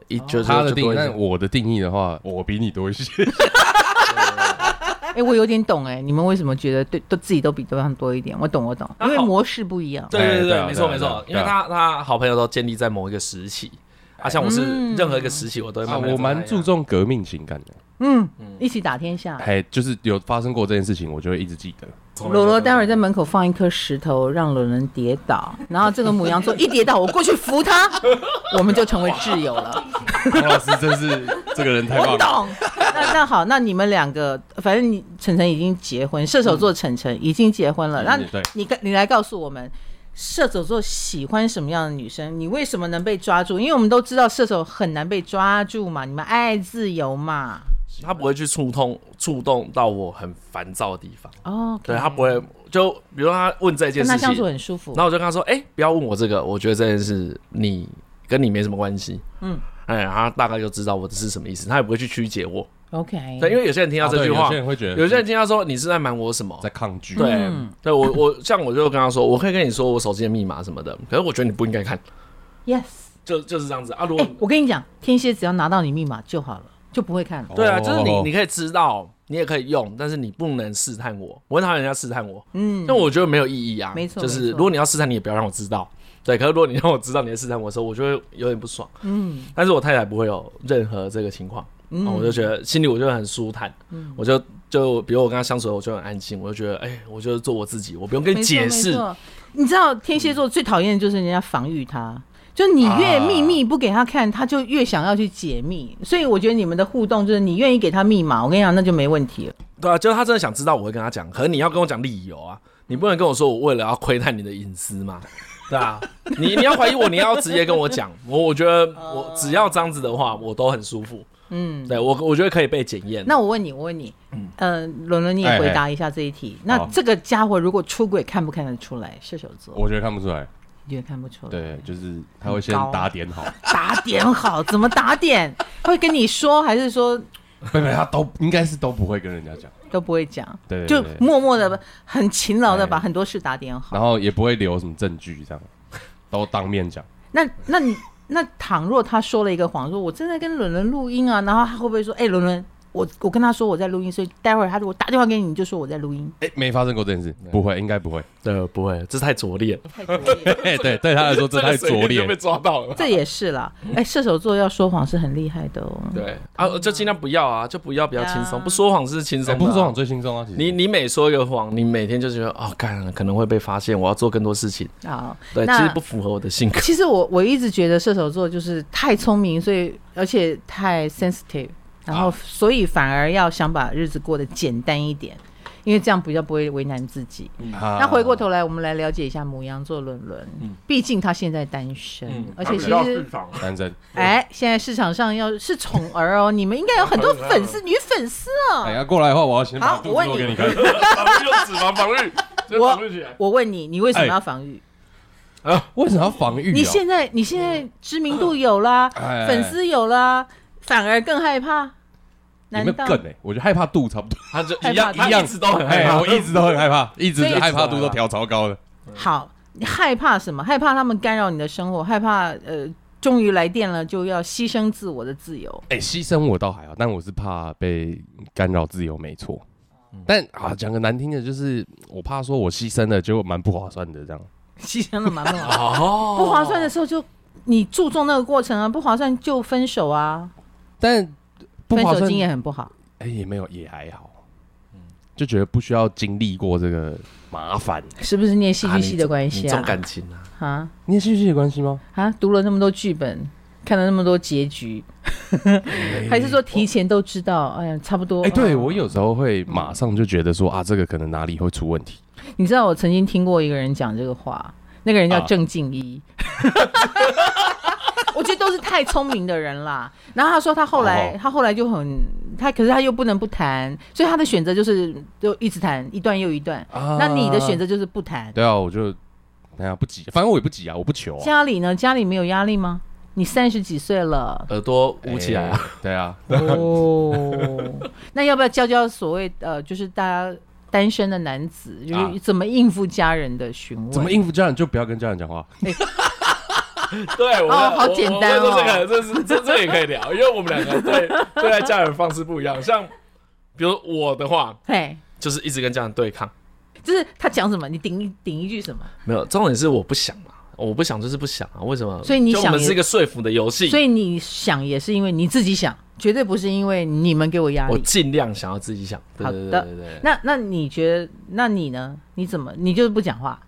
B: 一就
C: 嗯
B: 是
C: 哦他的
B: 就
C: 定
B: 多
C: 义，
B: 一些
C: 但我的定义的话，我比你多一 些。
A: 哎、我有点懂哎、你们为什么觉得对都自己都比对方多一点？我懂，我懂，
B: 那
A: 因
B: 好
A: 为模式不一样。
B: 对对
C: 哎
B: 对
C: 对
B: 对，
C: 啊
B: 没
C: 对
B: 错没
C: 啊
B: 错，因
C: 对啊
B: 为他他好朋友都建立在某一个时期，啊，像我是
A: 嗯
B: 任何一个时期我都会
C: 啊，
B: 慢慢
C: 我蛮注
B: 注重。
C: 重革命情感的，
A: 嗯，一起打天下。
C: 哎，就是有发生过这件事情，我就会一直 记得。
A: 罗罗待会儿在门口放一颗石头，让罗伦跌倒，然后这个母羊座一跌倒，我过去扶 他，我们就成为挚友了。
C: 黄
B: 哦
C: 老师真是这个人太棒
A: 我
C: 了，
A: 懂。 那那好，那你们两个，反正你晨晨已经结婚，射手座晨晨已经结婚了。
C: 嗯
A: 那
C: 对
A: 你跟你来告诉我们，射手座喜欢什么样的女生？你为什么能被抓住？因为我们都知道射手很难被抓住嘛，你们爱自由嘛。
B: 他不会去触痛触动到我很烦躁的地方，
A: 哦、
B: 对他不会就比如说他问这件
A: 跟他
B: 事
A: 相处
B: 情，
A: 很舒服
B: 然。后我就跟他说，哎、不要问我这个，我觉得这件事你跟你没什么关系，嗯，哎，他大概就知道我这是什么意思，他也不会去曲解我，
A: OK，
B: 对，因为有些人听到
C: 啊
B: 这
C: 对
B: 句
C: 有
B: 话
C: 些，人会觉得
B: 有些人听到说你是在瞒我
A: 哦
B: 什么，
C: 在抗拒，
B: 对，
A: 嗯
B: 对我我像我就跟他说，我可以跟你说我手机的密码什么的，可是我觉得你不应该看，
A: Yes，
B: 就就是这样子啊。如
A: 哎、
B: 果、
A: 我跟你讲，天蝎只要拿到你密码就好了，就不会看了。
B: 对啊，就是你
C: 哦
B: 你可以知道，你也可以用，但是你不能试探我，我很讨厌人家试探我，嗯，但我觉得没有意义啊。
A: 没错
B: 就是
A: 没错
B: 如果你要试探，你也不要让我知道。对，可是如果你让我知道你在试探我的时候，我就会有点不爽。嗯，但是我太太不会有任何这个情况，嗯、我就觉得心里我就很舒坦，嗯，我就就比如我跟她相处的时候，我就很安心，我就觉得哎、我就是做我自己，我不用跟你
A: 没错
B: 解释
A: 没，错你知道天蝎座最讨厌的就是人家防御他，就你越秘密不给他看，他就越想要去解密。所以我觉得你们的互动就是你愿意给他密码，我跟你讲那就没问题了。
B: 对啊，就是他真的想知道，我会跟他讲。可是你要跟我讲理由啊，你不能跟我说我为了要窥探你的隐私嘛， 对啊，你你要怀疑我，你要直接跟我 讲。我我觉得我只要这样子的话，我都很舒服。呃嗯，对我我觉得可以被检
C: 嗯
B: 验。
A: 那我问你，我问你，呃，伦伦你也回答一下这一题。那
C: 好
A: 这个家伙如果出轨，看不看得出来？射手座，
C: 我觉得看不出来。
A: 你也看不出来。
C: 对，就是他会先
A: 嗯很高啊
C: 打点好，
A: 打点好，怎么打 点？会跟你说，还是说
C: 没没，他都应该是都不会跟人家讲，
A: 都不会讲？
C: 对对
A: 就
C: 对
A: 默默的、很勤劳的把
C: 哎
A: 很多事打点好。
C: 然后也不会留什么证据，这样都当面讲。
A: 那那你那倘若他说了一个谎，说我正在跟伦伦录音啊，然后他会不会说，哎、伦伦，我我跟他说我在录音，所以待会儿他如果打电话给你，你就说我在录音。
C: 哎，没发生过这件事，不会，应该不会。
B: 对，呃不会，这太拙 劣了，
A: 太拙劣，
C: 哎，对，对他来说这太拙
B: 这个随便
C: 劣
B: 就被。抓到了。
A: 这也是啦。
C: 嗯
A: 哎、射手座要说谎是很厉害的哦。
B: 对啊，就尽量不要啊，就不要比较轻松，
A: 啊
B: 不说谎是轻松
C: 哎
B: 的啊，
C: 不说谎最轻松啊，其实
B: 你你每说一个谎，你每天就觉得哦，干可能会被发现，我要做更多事情。
A: 啊，
B: 对，其
A: 那
B: 实不符合我的性 格。
A: 其实我我一直觉得射手座就是太聪明，所以而且太 sensitive，然
C: 啊
A: 后所以反而要想把日子过得简单一点，因为这样比较不会为难自己。那
C: 那
A: 回过头来，我们来了解一下母羊座伦伦。
C: 嗯
A: 毕竟他现在单身，而且其实，
C: 单身，
A: 哎，现在市场上要是宠儿哦，你们应该有很 多粉丝，女粉丝啊。
C: 哎呀，过来的话，我要先把
A: 好
C: 肚
A: 我问
C: 子露
A: 你
C: 给你看。
B: 防御用脂肪防御，
A: 就防御我问你，你为什么要防御？
C: 哎为什么要防御啊？
A: 你现在你现在知名度有啦，
C: 哎
A: 粉丝有啦，反而更害怕？
C: 你
A: 难
C: 们
A: 道
C: 梗哎，我觉得害怕度差不 多，
B: 他就
A: 害
B: 一样
A: 怕
C: 一样
B: 一直都很害 怕，
C: 哎我一直都很害怕，一直
A: 所以
C: 害怕度都调超高的。
A: 好？你害怕什么？害怕他们干扰你的生活？害怕呃，终于来电了就要牺牲自我的自由？
C: 哎、牺牲我倒还好，但我是怕被干扰自由，没错。但啊，讲个难听的，就是我怕说我牺牲了，结果蛮不划算的这样。
A: 牺牲 了蛮不好。
B: 哦
A: 不划算的时候就你注重那个过程啊，不划算就分手啊，
C: 但不
A: 分
C: 划
A: 手
C: 算
A: 经，验很不好。
C: 哎、也没有，也还好。就觉得不需要经历过这个麻烦。
A: 是不是念戏剧系的关
B: 你
A: 系
B: 这种
A: 啊？
B: 感情啊，
A: 啊
C: 你也戏剧系有关系吗？
A: 啊！读了那么多剧本，看了那么多结局，还是说提前都知道？哎呀，差不多。
C: 哎、对
A: 嗯
C: 我有时候会马上就觉得说啊，这个可能哪里会出问题。
A: 你知道我曾经听过一个人讲这个话，那个人叫
C: 啊
A: 郑敬一。 我觉得都是太聪明的人啦。然后他说他后来，
C: 哦
A: 他后来就很他，可是他又不能不谈，所以他的选择就是就一直谈一段又一段。
C: 啊
A: 那你的选？择就是不谈。
C: 对啊，我就哎呀不急，反正我也不急啊，我不求啊。
A: 家里呢？家里没有压力吗？你三十几岁了
B: 耳朵捂起来啊，
C: 哎对 啊，
A: 哦，那要不要教教所谓呃，就是大家单身的男子，就
C: 啊
A: 是怎么应付家人的询问？
C: 怎么应付家人就不要跟家人讲话。
B: 哎对，我
A: 哦好简单哦
B: 我我跟你说这个这是这这也可以聊，因为我们两 个对对待家人方式不一样。像比如我的话，
A: 嘿，
B: 就是一直跟家人对抗，
A: 就是他讲什么，你顶一顶一句什么，
B: 没有重点是我不想嘛，我不想就是不想啊，为什么？
A: 所以你
B: 就我
A: 想
B: 们
A: 也
B: 是一个说服的游戏
A: 所，以你想也是因为你自己想，绝对不是因为你们给我压
B: 我
A: 力。
B: 尽量想要自己想。对
A: 好
B: 对
A: 的
B: 对对对。
A: 那那你觉得，那你呢？你怎么，你就是不讲话，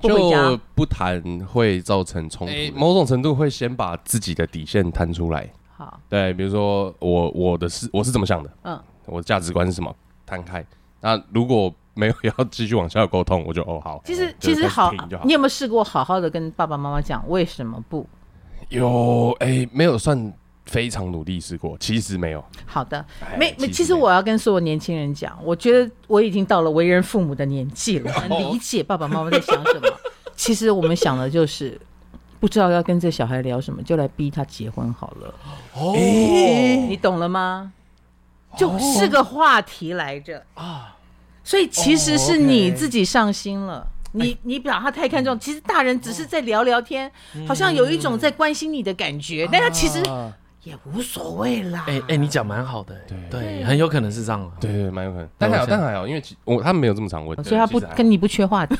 A: 不回
C: 就
A: 家？
C: 不谈会造成冲突的，
B: 哎
C: 某种程度会先把自己的底线摊出来。
A: 好，
C: 对，比如说我我的是我是怎么想的，
A: 嗯，
C: 我的价值观是什么，摊开。那如果没有要继续往下沟通，我就哦好。
A: 其实
C: 就
A: 其实
C: 是
A: 好
C: 停就，好
A: 你有没有试过好好的跟爸爸妈妈讲为什么不？
C: 有哎、没有算非常努力试过，其实没有。
A: 好的，
C: 哎
A: 没没，其
C: 其
A: 实
C: 实
A: 我要跟所有年轻人讲，我觉得我已经到了为人父母的年纪了，很理解爸爸妈妈在想什么。其实我们想的就是，不知道要跟这小孩聊什么，就来逼他结婚好了。哎
B: 哦，
A: 你懂了吗？就是个话题来着啊，所以其实是你自己上心了。你你把他太看重，其实大人只是在聊聊天，好像有一种在关心你的感觉，但他其实也无所谓啦。
B: 哎哎，你讲蛮好的，
C: 对
B: 对，很有可能是这样啊。
C: 对对，对蛮有可能。但
B: 我
C: 还好，
B: 想
C: 但还好，因为其我他们没有这么常问，
A: 哦所以他
C: 对
A: 不
C: 其实还好
A: 跟你不缺话题，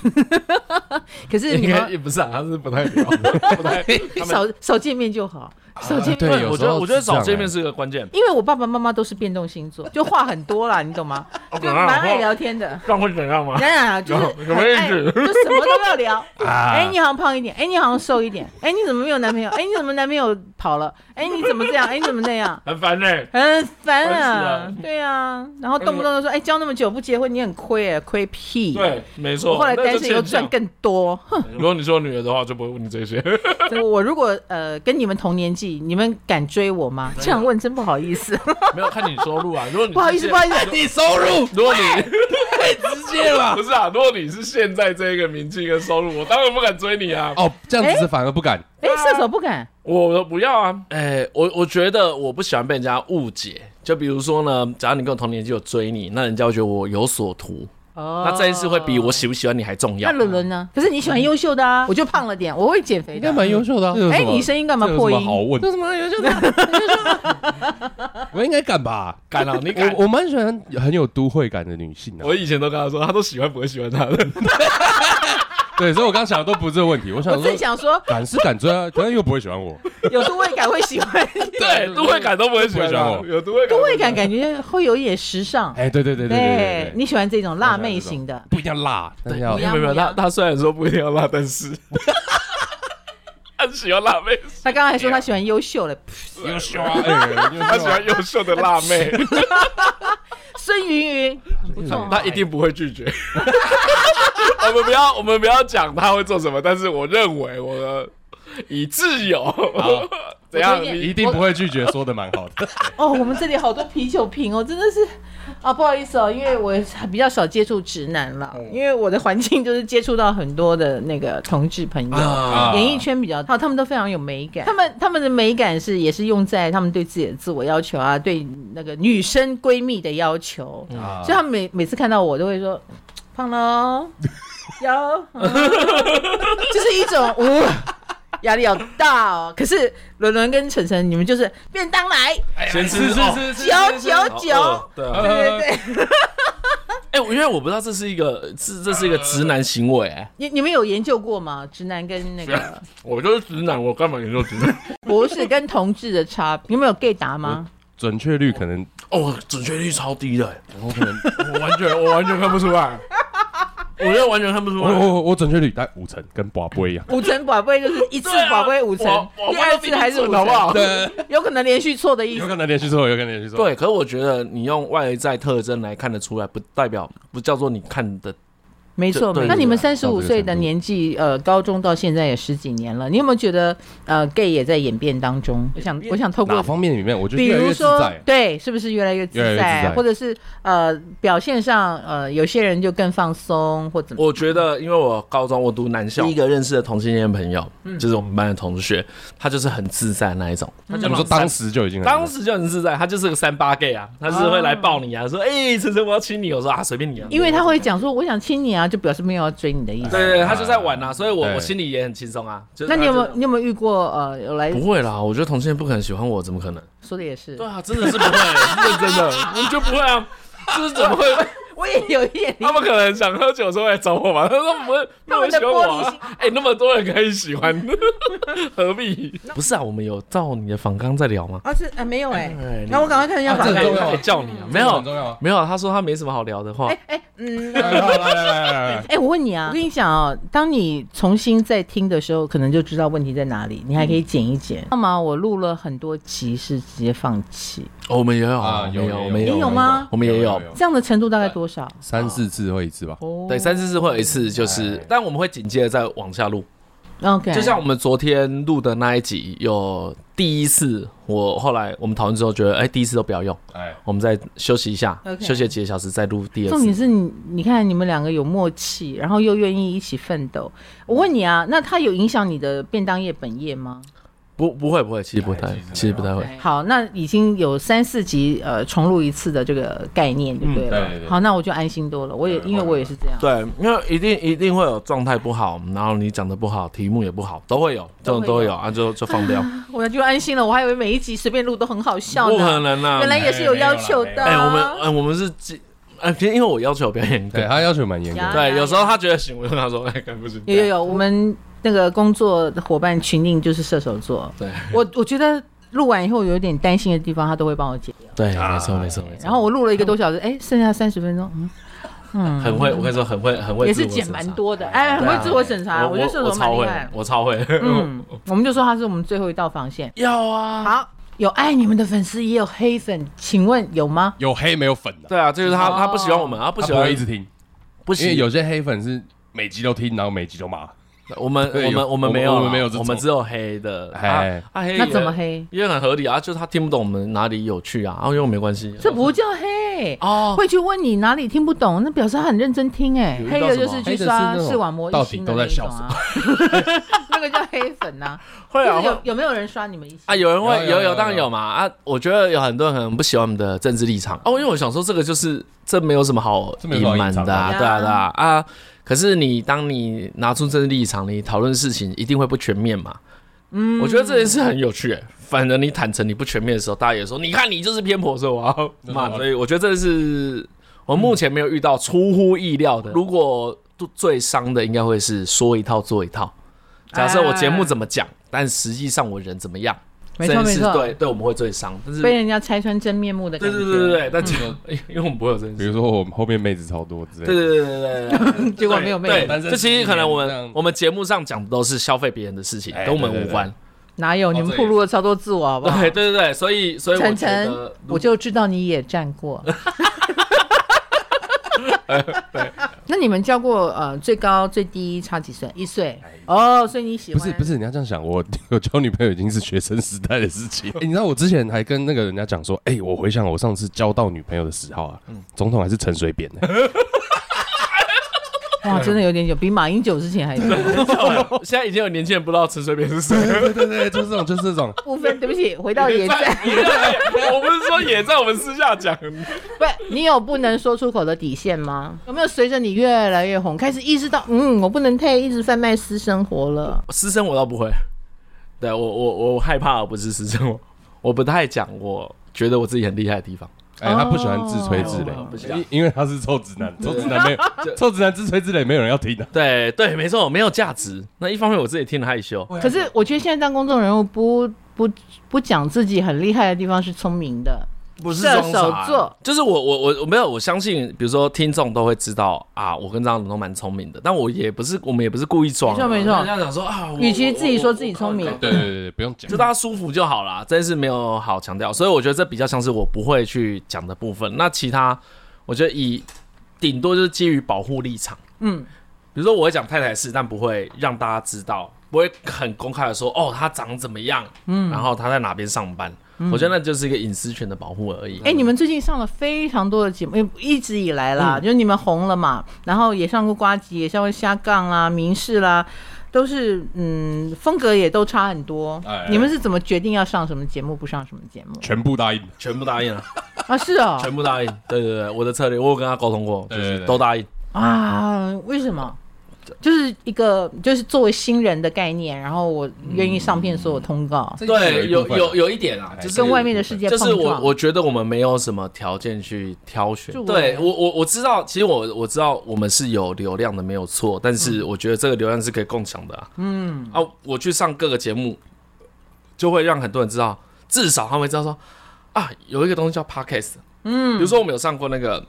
A: 可是你
B: 应该
A: 们
B: 也不是啊，他是不太聊，不太。他们
A: 少少见面就好，少见面。
C: 对有
B: 我
C: 时
B: 觉
C: 候
B: 得我觉得
C: 是这样
B: 少见面
C: 欸
B: 是个关键，
A: 因为我爸爸妈妈都是变动星座，就话很多啦，你懂吗？
B: 哦
D: 哦
A: 就蛮爱聊天 的。
B: 这样会怎样吗？
A: 当然啊，就是
B: 有什么
A: 很
B: 意
A: 爱
B: 思
A: 就什么都要聊。
C: 啊
A: 哎，你好像胖一点，哎，你好像瘦一点，哎，你怎么没有男朋友？哎，你怎么男朋友跑了？哎，你怎么这样？哎，你怎么那样？
B: 很烦欸呢。
A: 很烦啊
B: 烦死，
A: 对啊，然后动不动就说，哎，交那么久不结婚，你很亏哎，亏屁。
B: 对，没错。
A: 我后来
B: 那就
A: 单身以后
B: 欠
A: 赚
B: 讲
A: 更多，
B: 如果你说女儿的话，就不会问你这些。
A: 对我如果呃跟你们同年纪，你们敢追我吗？这样问真不好意思，
B: 没有看你收入啊，如果 你
A: 不好意思，不好意思。
C: 你收入
B: 如果你
C: 直接了
B: 不是啊，如果你是现在这一个名气跟收入，我当然不敢追你啊，
C: 哦，这样子是反而不敢。
A: 哎，射手不敢，
B: 我都不要啊。哎，我我觉得我不喜欢被人家误解。就比如说呢，假如你跟我同年纪有追你，那人家会觉得我有所图，
A: 哦
B: 那这件事会比我喜不喜欢你还重要
A: 那。伦伦呢？可是你喜欢优秀的啊，我就胖了点，我会减肥
C: 应
A: 的
C: 该。蛮优秀的啊。
A: 哎，你声音干
C: 干
A: 嘛破音？
C: 好问？
A: 什么优秀的？
C: 我应该敢吧？
B: 敢 啊，你敢
C: 我？我蛮喜欢很有都会感的女性啊的、
B: 我以前都跟他说，他都喜欢不会喜欢他的。
C: 对，所以我刚想的都不是这个问题，我想
A: 我
C: 说
A: 正想说，
C: 敢是敢追啊，可能又不会喜欢我。
A: 有都会感会喜欢，
B: 对，都会感都不会喜欢
C: 都
B: 他
C: 不会喜欢我
B: 啊有都会感
A: 都会感感觉会有一点时尚。
C: 哎，对对对对对对对，
A: 你喜欢这种辣妹型的，
C: 不一定要辣，但是要
A: 不要
B: 没有没有，他他虽然说不一定要辣，但 是他喜欢辣妹，
A: 他刚才说他喜欢优秀的，
C: 优秀啊，哎
B: 他喜欢优秀的辣 妹，
A: 孙云云不错啊
B: 他一定不会拒绝。我们不要我们不要讲他会做什么，但是我认为我的以挚友怎样
A: 我推荐
B: 你
C: 一定不会拒绝，说的蛮好的。
A: 哦，我们这里好多啤酒瓶哦，真的是啊，不好意思哦，因为我比较少接触直男了，因为我的环境就是接触到很多的那个同志朋友，
B: 啊
A: 演艺圈比较好，他们都非常有美感，他们他们的美感是也是用在他们对自己的自我要求啊，对那个女生闺蜜的要求，
C: 啊
A: 所以他们每每次看到我都会说胖喽，有，嗯就是一种无。压力好大哦！可是伦伦跟晨晨，你们就是便当来，
B: 先 吃
C: 是是
A: 九九九，
B: 对 啊
A: 对对对，
B: 哎，我因为我不知道这是一个是这是一个直男行为，哎，
A: 你 你们有研究过吗？直男跟那 个
B: 我就是直男，我干嘛研究直男？
A: 不是跟同志的差别，你们有 gay 答吗？
C: 准确率可能
B: 哦，准确率超低的，哎
C: 我可能
B: 我完全我完全看不出来。我就完全看不出
C: 我
B: 来。
C: 我我准确率大概五成，跟宝贝一样。
A: 五成宝贝就是 一次
B: 对啊
A: 宝贝五成
B: 我，我
A: 第二次还是五
B: 我好不好
A: 成，
C: 对，
A: 有可能连续错的意
C: 有
A: 思。
C: 可能连续错，有可能连续错。，
B: 对，可是我觉得你用外在特征来看得出来，不代表不叫做你看的
A: 没错
B: 对，对
A: 那你们
B: 对
A: 三十五岁的年纪，呃，高中到现在也十几年了，你有没有觉得，呃，gay 也在演变当中？我想，我想透
C: 哪
A: 过，
C: 方面里面我觉得
A: 比
C: 越来
A: 如
C: 越自
A: 说
C: 在，。啊
A: 对，是不是越来越自
C: 越来越自在
A: 在，或者是呃，表现上，呃，有些人就更放松，或怎么？
B: 我觉得，因为我高中我读男校，第一个认识的同性恋朋友，
A: 嗯
B: 就是我们班的同学，他就是很自在的那一种。他就
C: 我们说当时就已经很
B: 当时就很自在，他就是个三八 gay 啊，他是会来抱你啊，说哎，晨晨我要亲你，我说啊随便你啊，
A: 哦因为他会讲说，我想亲你啊，就表示没有要追你的意思。
B: 对对，对他就在玩啊，所以我
C: 对
B: 我心里也很轻松啊。就是
A: 哎那你有没
B: 他
A: 有
B: 就
A: 你有没有遇过呃有来
B: 不会啦，我觉得同性恋不可能喜欢我，怎么可能？
A: 说的也是
B: 对，啊，真的 是不会，认真的，我就不会啊，这是怎么会？
A: 我也有一点
B: 他们可能想喝酒的时候来找我嘛，他说不会，
A: 他们
B: 不会
A: 的
B: 喜欢我
A: 玻璃心
B: 啊，哎、那么多人可以喜欢， 何必？ 不是啊，我们有照你的访纲在聊吗？
A: 啊是啊没有哎
B: 哎，
A: 那我赶快看一下
C: 啊
A: 吧
C: 这。很重要啊
B: 哎叫你啊，没
C: 这个很
B: 有
C: 重要啊。
B: 没有，他说他没什么好聊的话，
A: 哎哎嗯。
C: 来来来来来来，
A: 哎、我问你啊，我跟你讲哦，当你重新再听的时候，可能就知道问题在哪里，你还可以剪一剪。那么、我录了很多集是直接放弃，
B: 哦我们也有
C: 啊
B: 我
C: 有
B: 们
C: 有
B: 我
C: 有
B: 们也
A: 你有吗
B: 我们也有。
A: 这样的程度大概多少？
C: 三四次会一次吧。
A: 哦
B: 对，三四次会有一次，就是
C: 哎，
B: 但我们会紧接着再往下录。
A: OK，
B: 就像我们昨天录的那一集，有第一次，我后来我们讨论之后觉得，哎，第一次都不要用，
C: 哎，
B: 我们再休息一下
A: OK
B: 休息几个小时再录第二次。
A: 重点是你，你看你们两个有默契，然后又愿意一起奋斗。我问你啊，那他有影响你的便当业本业吗？
B: 不，不会，不会，其实不太
C: 哎其实，
B: 其实不太会。
A: 好，那已经有三四集呃重录一次的这个概念就对了。
C: 嗯对对对
A: 好，那我就安心多了。我也
C: 对
A: 因为我也是这样。
B: 对，因为一定一定会有状态不好，然后你讲的不好，题目也不好，都会有，这种
A: 都
B: 都
A: 会
B: 会
A: 有
B: 有啊，就就放 掉，
A: 我就安心了。我还以为每一集随便录都很好笑呢，
B: 不可能啊
A: 原。来也是有要求的、
B: 哎，我们哎，我们是基，哎，其实因为我要求比较严格
C: 对，啊他要求蛮严格
A: 呀
C: 的。
B: 对，有时候他觉得行，我就跟他说，哎，干不行。
A: 有有有，我们那个工作伙伴群定就是射手座。
B: 对
A: 我我觉得录完以后有点担心的地方，他都会帮我解掉。
B: 对，没错没错没错。
A: 然后我录了一个多小时，哎，剩下三十分钟，嗯，
B: 很会，我跟你说，很会，很会，
A: 也是减蛮。多的，哎，很
B: 对啊
A: 会自我审查，
B: 我
A: 觉得射
B: 我
A: 手蛮
B: 超
A: 厉
B: 会
A: 害，。
B: 我超会。
A: 嗯，我们就说他是我们最后一道防线。
B: 要啊。
A: 好，有爱你们的粉丝，也有黑粉，请问有吗？
C: 有黑没有粉的，
B: 对啊，就是他，
A: 哦
B: 他不喜欢我们，他
C: 不
B: 不喜欢
C: 一直听，
B: 不
C: 因为
B: 喜
C: 有些黑粉是每集都听，然后每集都骂。
B: 我们
C: 对
B: 我
C: 有
B: 们我们
C: 我
B: 没有啦，
C: 我们没有这种
B: 我们只有黑的。
C: 哎
B: 啊，啊黑
A: 那
B: 也
A: 怎么黑？
B: 也很合理啊，就是他听不懂我们哪里有趣啊，然后又没关系。
A: 这不叫黑
B: 哦
A: 会去问你哪里听不懂，那表示他很认真听哎、
B: 有遇
A: 黑
B: 到
A: 的
B: 什么
A: 就是去刷
C: 黑的是那种
A: 视网膜一星的那一种啊， 那个叫黑粉呐、
B: 会啊
A: 就是
B: 会
A: 有有没有人刷你们一星？
B: 啊，有人会
C: 有有
B: 有
C: 有有
B: 有当然有嘛啊，我觉得有很多人可能不喜欢我们的政治立场哦，因为我想说这个就是这没有什么好
C: 这没有
B: 隐
C: 什么好
B: 瞒的啊，
A: 隐藏的
B: 对啊对啊啊。可是你当你拿出政治立场，你讨论事情一定会不全面嘛。嗯，我觉得这件事很有趣欸。反而你坦诚你不全面的时候，大家也说你看你就是偏颇，所以我要骂。
C: 真的
B: 所以我觉得这是我目前没有遇到出乎意料的。如果最伤的应该会是说一套做一套。假设我节目怎么讲，但实际上我人怎么样，
A: 没错
B: 这件事
A: 没错
B: 对对，我们会最伤。但是
A: 被
B: 对
A: 人家拆穿真面目的感
B: 对
A: 觉。
B: 对对对，但只有 因为我们不会有这件
C: 比
B: 事。
C: 如说我们后面妹子超多之类
B: 对
C: 的，
B: 对对对对对，
A: 结果没有被
B: 对，
C: 单身
B: 这其实可能我
C: 十年这样
B: 们我们节目上讲的都是消费别人的事情，
C: 哎
B: 跟我们
C: 对对
B: 无
C: 对
B: 关。
A: 哪有你们
C: 这
A: 暴
C: 也
A: 露了超多自我，好不好？
B: 对对对对，所以所以我
A: 晨
B: 觉
A: 晨
B: 得，
A: 我就知道你也站 过。
B: 哎
A: 那你们教过呃最高最低差几岁？一岁
B: 哎
A: 哦，所以你喜
C: 不
A: 欢
C: 是不是，你要这样想，我 我交女朋友已经是学生时代的事情。欸你知道我之前还跟那个人家讲说，哎、我回想我上次交到女朋友的时候啊，总统还是陈水扁呢、
A: 哇，真的有点久，比马英九之前还 久。
B: 现在已经有年轻人不知道陈水扁是谁了。
C: 对对对，就是这种，就是这种。
A: 部分对不起，回到野 战，
B: 我不是说也在我们私下讲，
A: 不是，你有不能说出口的底线吗？有没有随着你越来越红，开始意识到，嗯，我不能太一直贩卖私生活了？
B: 私生我倒不会。对我我我害怕不是私生活，我不太讲我觉得我自己很厉害的地方。
C: 哎、他不喜欢自吹自
B: 哦不喜
C: 擂，
B: 欢
C: 因因为他是臭直男，臭直男 没有，臭直男自吹自擂没有人要听啊的、
B: 对对，没错，没有价值。那一方面我自己听得害羞，
A: 可是我觉得现在当公众人物不不不讲自己很厉害的地方是聪明的，
B: 不是
A: 射
B: 装
A: 手
B: 傻
A: 座，
B: 就是我我我我没有，我相信，比如说听众都会知道啊，我跟张总都蛮聪明的，但我也不是，我们也不是故意装
A: 没
B: 啊，
A: 错没错
B: 大，家想说啊，我
A: 与其
B: 我
A: 自己说
B: 我
A: 自己聪明
B: 我
C: 对对对对，不用讲
B: 就。大家舒服就好 啦，这件事没有好强调，所以我觉得这比较像是我不会去讲的部分。那其他，我觉得以顶多就是基于保护立场，
A: 嗯，
B: 比如说我会讲太太事，但不会让大家知道，不会很公开的说哦，她长怎么样，嗯，然后她在哪边上班，我觉得那就是一个隐私权的保护而已。
A: 嗯哎、你们最近上了非常多的节目，因为一直以来
B: 嗯
A: 啦，就是你们红了嘛，然后也上过瓜吉，也上过瞎杠啦、民事啦，都是嗯，风格也都差很多。
C: 哎哎
A: 你们是怎么决定要上什么节目，不上什么节目
C: 全部答应，
B: 全部答应了，
A: 啊？是哦，
B: 全部答应。对对对，我的策略我有跟他沟通过，就
C: 对对
B: 是
C: 对
B: 都答应。
A: 啊，为什么？就是一个就是作为新人的概念，然后我愿意上片所有通告，
B: 对，有有
C: 有，
B: 有一点啊，
C: 哎
B: 就是
A: 跟外面的世界
B: 就
A: 碰撞。
B: 是我，我觉得我们没有什么条件去挑选
A: 就。我
B: 对我，我我知道，其实我我知道我们是有流量的，没有错。但是我觉得这个流量是可以共享的啊。嗯啊，我去上各个节目，就会让很多人知道，至少他们会知道说啊，有一个东西叫 podcast。嗯，比如说我们有上过那个。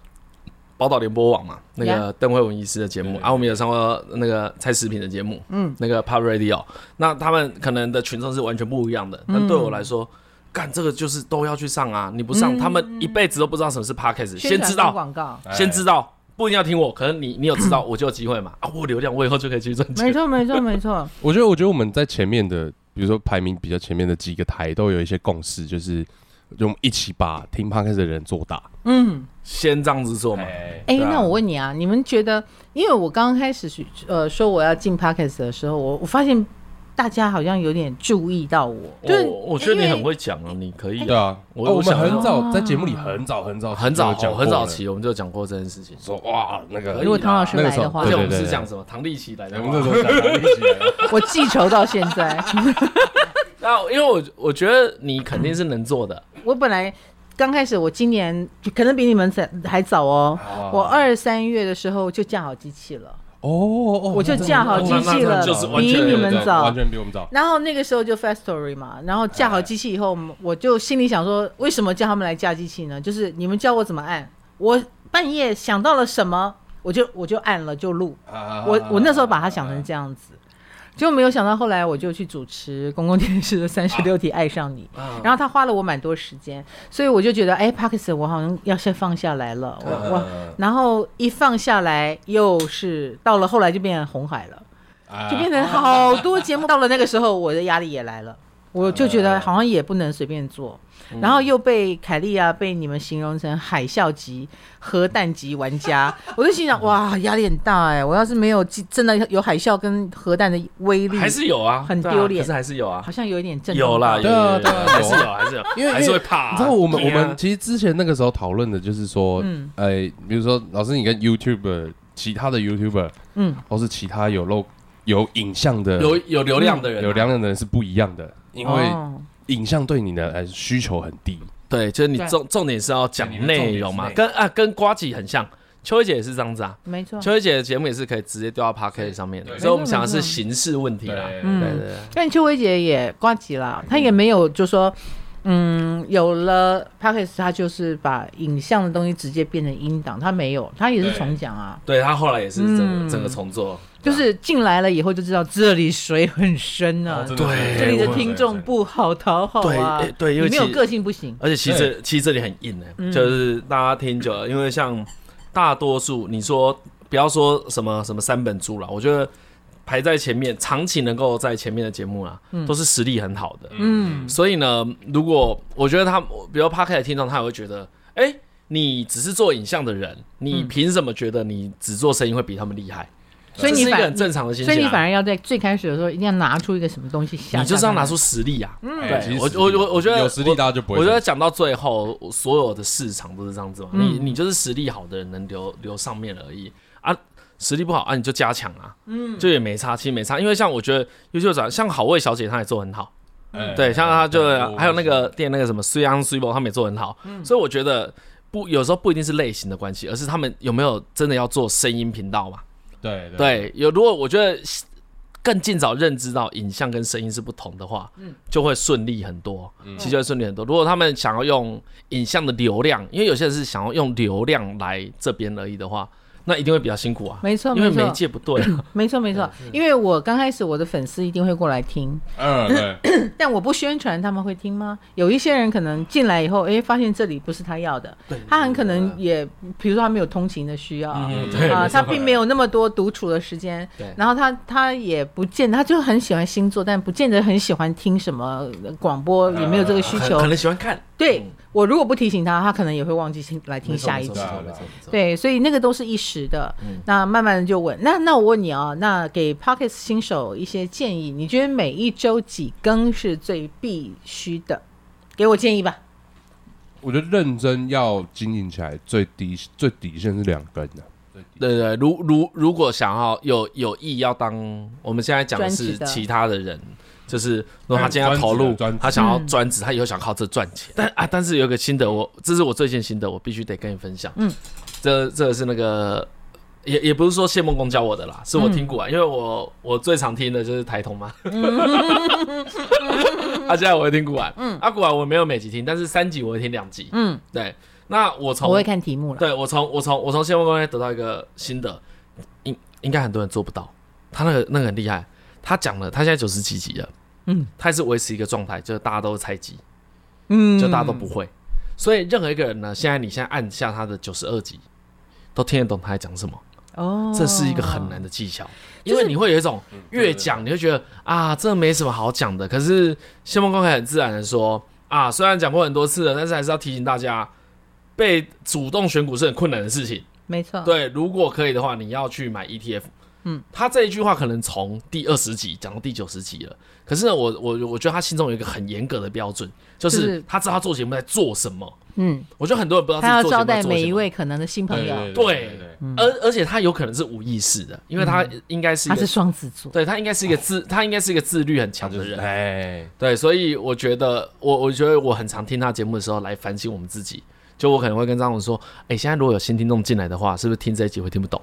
B: 宝岛联播网嘛，那个邓慧文医师的节目
C: 对对
B: 啊，我们有上过那个蔡食品的节目，嗯，那个 Pub Radio，那他们可能的群众是完全不一样的，
A: 嗯
B: 但对我来说，干这个就是都要去上啊！你不上，他们一辈子都不知道什么是 podcast，
A: 嗯宣
B: 先
A: 传
B: 知道，
A: 广告，
C: 哎
B: 先知道，不一定要听我，可能你你有 知道，我就有机会嘛。啊，我有流量，我以后就可以去赚
A: 没
B: 钱。
A: 错没错没错，
C: 我觉得，我觉得我们在前面的，比如说排名比较前面的几个台，都有一些共识，就是就我们一起把听 podcast 的人做大。
A: 嗯。
B: 先这样子做嘛。
A: 哎、
B: 对啊
A: 那我问你啊，你们觉得，因为我刚开始是呃说我要进 podcast 的时候，我我发现大家好像有点注意到我，就是
B: 我我觉得你
A: 因为
B: 很会讲啊，你可以
C: 对啊，
B: 我
C: 哦我
B: 我
C: 们
B: 想
C: 很早
A: 啊
C: 在节目里很早很早
B: 很早
C: 就讲过
B: 很早
C: 了
B: 期哦我们就讲过这件事情，
C: 说哇那个
B: 可以
A: 如果唐老师
C: 那个
A: 来
C: 时候
A: 的话
B: 而且，我们
C: 对对对
B: 是讲什么唐立奇来的
C: 我
B: 嘛。
C: 们那时候讲到一起来
A: 我记仇到现在。
B: 那因为我我觉得你肯定是能做的，
A: 我本来刚开始，我今年可能比你们早还早哦，我二三月的时候就架好机器了。
C: 哦哦，
A: 我就架好
B: 机器了比
A: 你们早
C: 完全比我们早。
A: 然后那个时候就 Fast Story 嘛，然后架好机器以后，我就心里想说，为什么叫他们来架机器呢？就是你们教我怎么按，我半夜想到了什么，我就我就按了就录。
C: 啊
A: 我我那时候把它想成这样子，就没有想到后来我就去主持公共电视的《三十六题爱上你》然后他花了我蛮多时间，所以我就觉得，哎 p a r k s 我好像要先放下来了，我我，然后一放下来又是到了后来就变红海了。就变成好多节目。到了那个时候，我的压力也来了，我就觉得好像也不能随便做，然后又被凯莉啊被你们形容成海啸级、核弹级玩家， 我就心想哇，压力很大哎、我要是没有记真的有海啸跟核弹的威力，
B: 还是有啊，
A: 嗯很
B: 对啊
A: 丢脸
B: 可是还是有啊
A: 好，像有一点震动
B: 有啦，
A: 到
B: 有
C: 对啊
B: 有有
C: 对啊
B: 有还是有还是有，
C: 因为
B: 还是会怕啊。
C: 你知道我们我
B: 对啊
C: 们其实之前那个时候讨论的就是说，
A: 嗯
C: 呃，比如说老师你跟 YouTuber 其他的 YouTuber
A: 嗯，
C: 或是其他有露有影像的
B: 有有流量的人啊，
C: 有流量的人是不一样的，因为
A: 哦
C: 影像对你的呃需求很低。
B: 对，就是你
A: 对
B: 重重点是要讲内容嘛，
C: 对你的
B: 跟啊跟瓜姐很像，秋叶姐也是这样子啊。
A: 没
C: 嗯
A: 错。
B: 秋叶姐的节目也是可以直接丢到 p a r k e 上面的，
C: 对
B: 所以我们想的是形式问题啦。
C: 对
B: 对
A: 嗯
B: 对对，
A: 但邱薇姐也挂机啦，她也没有就说，嗯，有了 p a c k a g e 她就是把影像的东西直接变成音档，她没有，她也是
C: 对
A: 重讲啊，
B: 对他后来也是整
A: 嗯
B: 个整个重做，
A: 就是进来了以后就知道这里水很深
D: 哦
A: 啊，
C: 对
B: 对
A: 这里的听众不好讨好
B: 对
A: 啊
B: 哎，对因
A: 你
B: 为
A: 没有
B: 其呃
A: 个性不行，
B: 而且其实这其实这里很硬的，
A: 嗯
B: 就是大家听久了，因为像大多数你说不要说什么什么三本猪了，我觉得排在前面长期能够在前面的节目啊，都是实力很好的。
A: 嗯，
B: 所以呢，如果我觉得他，比如 p a r k 的听众，他也会觉得，哎、你只是做影像的人，你凭什么觉得你只做声音会比他们厉害？
A: 所以你
B: 这是一个
A: 反
B: 很。正常的心情、
A: 所
B: 啊。
A: 以你反而要在最开始的时候，一定要拿出一个什么东西下，
B: 你就是要
A: 下
B: 拿出实力啊！嗯，
C: 哎其
B: 对
C: 实
B: 我
C: 实力
B: 我我我觉得
C: 有实力大家就不会
B: 我
C: 生气。
B: 觉得讲到最后，所有的市场都是这样子嘛。你你就是实力好的人能留留上面而已啊，实力不好啊你就加强啊，嗯，就也没差，其实没差。因为像我觉得优秀长，像好味小姐她也做很好，
C: 哎
B: 对，嗯像她就啊
C: 对
B: 还有那个店那个什么虽安虽波，他们也做很好，所以我觉得不有时候不一定是类型的关系，而是他们有没有真的要做声音频道嘛？
C: 对对
B: 对，有如果我觉得更尽早认知到影像跟声音是不同的话，
A: 嗯
B: 就会顺利很多，其实就会顺利很多。如果他们想要用影像的流量，因为有些人是想要用流量来这边而已的话，那一定会比较辛苦啊，
A: 没错
B: 因为
A: 没错
B: 媒介不对啊，
A: 没错没错，因为我刚开始我的粉丝一定会过来听，
C: 嗯，对，
A: 但我不宣传，他们会听吗？有一些人可能进来以后，哎，发现这里不是他要的，他很可能也，比如说他没有通勤的需要，
B: 嗯对
A: 啊，
B: 没
A: 他并没有那么多独处的时间
B: 对，
A: 然后他他也不见，他就很喜欢星座，但不见得很喜欢听什么广播，也没有这个需
B: 可
A: 求
B: 可。能喜欢看，
A: 对我如果不提醒他，他可能也会忘记听来听
B: 没错
A: 下一
B: 没
A: 集
B: 错。
C: 集
B: 没错没错没错
A: 对，所以那个都是一时的。
B: 嗯
A: 那慢慢的就稳。那那我问你啊，那给 Pocket 新手一些建议，你觉得每一周几更是最必须的？给我建议吧。
C: 我觉得认真要经营起来，最低最底线是两根的，
B: 对对，如如如果想要有有意要当，我们现在讲的
A: 专
B: 是
A: 职的
B: 其他的人，就是如果他今天要
C: 嗯
B: 投入
C: 专职的专，职
B: 他想要专职，他以后想靠这赚钱。但啊，但是有一个心得，我这是我最近心得，我必须得跟你分享。
A: 嗯，
B: 这这个是那个。也也不是说谢梦工教我的啦，是我听
A: 嗯
B: 过啊，因为我我最常听的就是台 通嘛，啊，现在我会听古玩，嗯，啊古玩我没有每集听，但是三集我会听两集，
A: 嗯，
B: 对，那我从
A: 我会看题目了。
B: 对我从我从我从谢梦公开得到一个新的，应应该很多人做不到。他那个那个很厉害，他讲了，他现在九十几集了，
A: 嗯，
B: 他还是维持一个状态，就是大家都是菜鸡，
A: 嗯
B: 就大家都不会。所以任何一个人呢，现在你现在按下他的九十二集，都听得懂他在讲什么。
A: 哦，
B: 这是一个很难的技巧，
A: 就
B: 因
A: 是
B: 为你会有一种越讲，你会觉得啊，这没什么好讲的。可是谢梦公开很自然的说啊，虽然讲过很多次了，但是还是要提醒大家，被主动选股是很困难的事情。
A: 没错。
B: 对，如果可以的话，你要去买 ETF。
A: 嗯，
B: 他这一句话可能从第二十集讲到第九十集了，可是呢，我我我觉得他心中有一个很严格的标准，就
A: 就是
B: 是他知道他做节目在做什么。
A: 嗯，
B: 我觉得很多人不知道自
A: 他
B: 己
A: 要
B: 做节
A: 招
B: 目在
A: 待
B: 做
A: 每
B: 什
A: 一
B: 么，
A: 位可能的新朋友。
B: 对，而而且他有可能是无意识的，因为他应该是
A: 嗯
B: 一
A: 他
B: 个
A: 是，双子座，
B: 对他应该是一个自，他应该是一个自律很强的人。
C: 哎，
B: 对，所以我觉得，我我觉得我很常听他节目的时候来反省我们自己。就我可能会跟张总说，哎、现在如果有新听众进来的话，是不是听这一集会听不懂？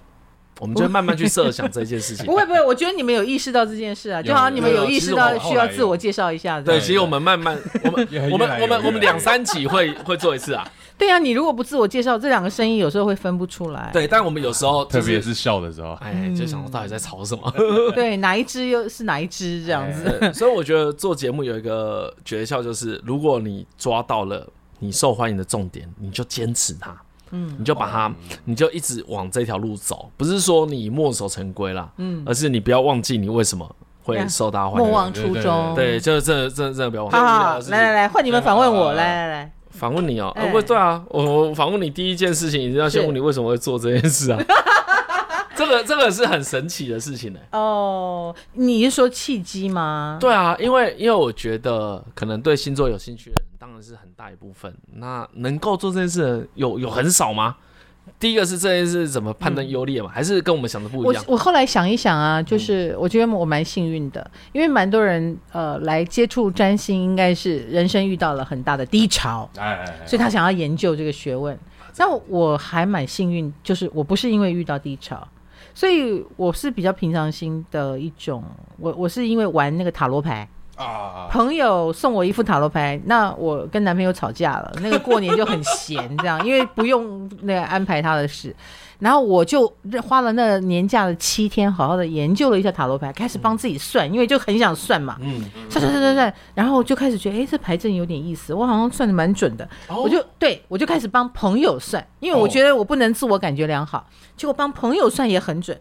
B: 我们就会慢慢去设想这件事 情
A: 不。会不会，我觉得你们有意识到这件事啊，就好像你们有意识到需要自我介绍一下。
B: 对，其实我们慢慢，我们
C: 越来越
B: 我
C: 越来
B: 们
C: 越
B: 我们我们两三集会会做一次啊。
A: 对啊，你如果不自我介绍，这两个声音有时候会分不出来。
B: 对，但我们有时候就
C: 特别
B: 是，
C: 是笑的时候，
B: 哎，就想说到底在吵什么。
A: 对，哪一只又是哪一只这样子？
B: 对所以我觉得做节目有一个诀窍，就是如果你抓到了你受欢迎的重点，你就坚持它，嗯，你就把它，你就一直往这条路走，不是说你墨守成规啦，嗯，而是你不要忘记你为什么会受大家欢
A: 莫
B: 迎。
A: 忘初衷。
B: 对，就是这这这不要忘记。
A: 好好，来来
B: 来，
A: 来，换你们反问
B: 嗯
A: 我，来来来，
B: 访问你哦、
A: 哎
B: 呃不对啊，我我访问你第一件事情，一定要先
A: 是
B: 问你为什么会做这件事啊。 这个这个是很神奇的事情欸呢、
A: 哦，你是说契机吗？
B: 对啊，因为因为我觉得可能对星座有兴趣的人当然是很大一部分。那能够做这件事的人有有很少吗？第一个是这件事怎么判断优劣嘛，还是跟我们想的不
A: 嗯我
B: 一样？
A: 我后来想一想啊，就是我觉得我蛮幸运的，因为蛮多人呃来接触占星，应该是人生遇到了很大的低潮，
C: 哎哎
A: 所以他想要研究这个学问。那我还蛮幸运，就是我不是因为遇到低潮，所以我是比较平常心的一种。我我是因为玩那个塔罗牌，
C: 哎啊，
A: 朋友送我一副塔罗牌，那我跟男朋友吵架了，那个过年就很闲，这样，因为不用那个安排他的事。然后我就花了那年假的七天，好好的研究了一下塔罗牌，开始帮自己算，因为就很想算嘛，
B: 嗯，
A: 算算算算算，然后我就开始觉得，哎，这牌阵有点意思，我好像算的蛮准的，我就对我就开始帮朋友算，因为我
C: 哦
A: 觉得我不能自我感觉良好，结果帮朋友算也很准。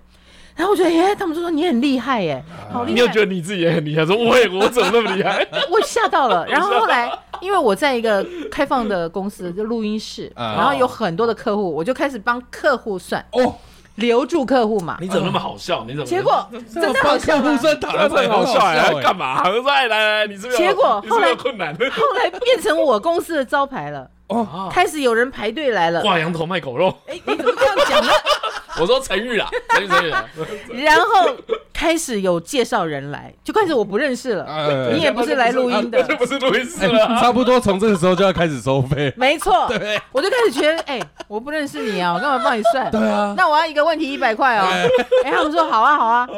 A: 然后我觉得，哎，他们就说你很厉害，耶，好厉害！
B: 你有觉得你自己也很厉害？说我也我怎么 那么厉害？
A: 我吓到 了。然后后来，因为我在一个开放的公司，就录音室，
C: 啊
A: 然后有很多的客户，我就开始帮客户算，
C: 哦，
A: 留住客户嘛。
B: 你怎么那么好笑？你怎么？
A: 结果真的好
C: 帮
A: 笑
C: 客
A: 吗
C: 户算打
B: 这
C: 了
B: 啊很
C: 牌，
B: 好笑哎，
C: 哎
B: 还干嘛？我说哎来来，你是不是有
A: 结果
B: 你是不
A: 后
B: 是
A: 来
B: 有困难？
A: 后来变成我公司的招牌了，
C: 哦
B: 啊
A: 开始有人排队来了。
B: 挂羊头卖狗肉，
A: 哎，你怎么这样讲 呢？
B: 我说成语啦，成语成语啦。
A: 然后开始有介绍人来，就开始我不认识了。
C: 哎
A: 你也不是来录音的，
B: 这不是录音室
C: 哎
B: 了。
C: 差不多从这个时候就要开始收费
A: 没错，我就开始觉得，哎、我不认识你啊，我干嘛帮你算？
C: 对啊，
D: 哦
A: 那我要一个问题一百块哦。哎、他们说好啊，好啊，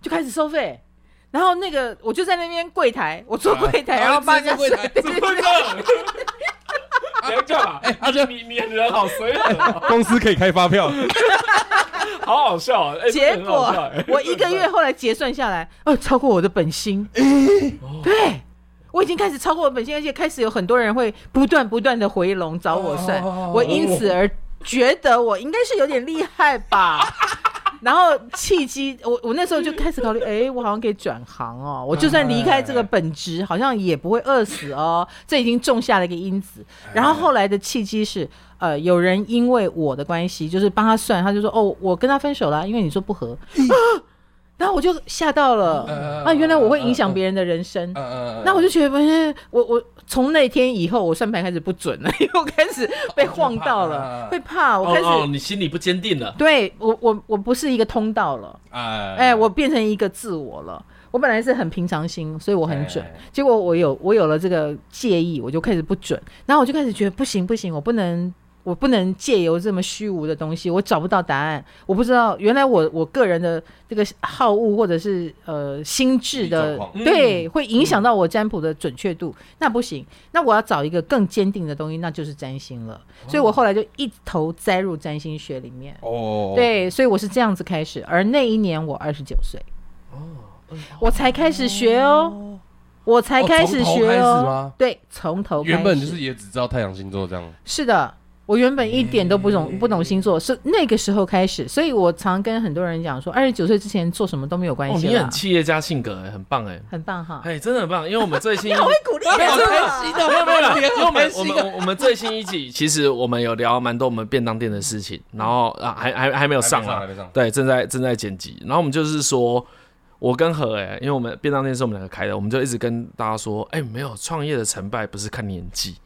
A: 就开始收费。然后那个我就在那边柜台，我做柜台，
C: 啊
A: 然后帮人家
C: 你自己在柜台
A: 对对
D: 怎
A: 对
D: 哦么这样？你要干嘛？哎，阿
C: 这
D: 你你人好随和哦，
C: 公司可以开发 票，
D: 好好笑哦。哎
A: 结
D: 真的很好笑
A: 果
D: 哎
A: 我一个月后来结算下来，哦，超过我的本 薪。对，我已经开始超过我的本薪，而且开始有很多人会不断不断的回笼找我算，
D: 哦
A: 我因此而觉得我应该是有点厉害吧。然后契机，我我那时候就开始考虑，哎，我好像可以转行哦。我就算离开这个本职，好像也不会饿死哦。这已经种下了一个因子。然后后来的契机是，呃，有人因为我的关系，就是帮他算，他就说，哦，我跟他分手了，因为你说不合。啊然后我就吓到了，啊，原来我会影响别人的人生。
C: 嗯哎
A: 那我就觉得，哎我我从那天以后，我算盘开始不准了， 因为我开始被晃到了，会怕。我开始
B: 哦哦，你心里不坚定了。
A: 对我我我不是一个通道了，
C: 哎
A: 哎、我变成一个自我了。我本来是很平常心，所以我很准
C: 哎。
A: 结果我有我有了这个介意，我就开始不准，然后我就开始觉得不行不行，我不能我不能借由这么虚无的东西，我找不到答案，我不知道原来我我个人的这个好恶或者是呃心智的
C: 心理状况嗯
A: 对会影响到我占卜的准确度，那不行，那我要找一个更坚定的东西，那就是占星了。所以我后来就一头栽入占星学里面。
C: 哦，
A: 对，所以我是这样子开始，而那一年我二十九岁，我才开始学哦，我才
C: 哦
A: 开
C: 从
A: 始
C: 头
A: 学
C: 开始
A: 哦
C: 吗，
A: 对，从头
C: 原
A: 开
C: 本
A: 始
C: 就是也只知道太阳星座这样，
A: 是的，我原本一点都不懂、不懂星
C: 嗯
A: 座，是那个时候开始，所以我常跟很多人讲说，二十九岁之前做什么都没有关
B: 哦，
A: 系
B: 你
A: 啦，
B: 很企业家性格，哎很棒哎，
A: 很棒哈，
B: 哎，真的很棒，因为我们最新一
A: 啊 我会鼓励人啊
B: 没有没有没有，因为我们我们我们最新一集，其实我们有聊蛮多我们便当店的事情，然后啊还还还没有上
C: 还没上
B: 啊
C: 还没上，
B: 对，正在正在剪辑，然后我们就是说。我跟何哎、因为我们便当店是我们两个开的，我们就一直跟大家说，哎、没有创业的成败不是看年纪，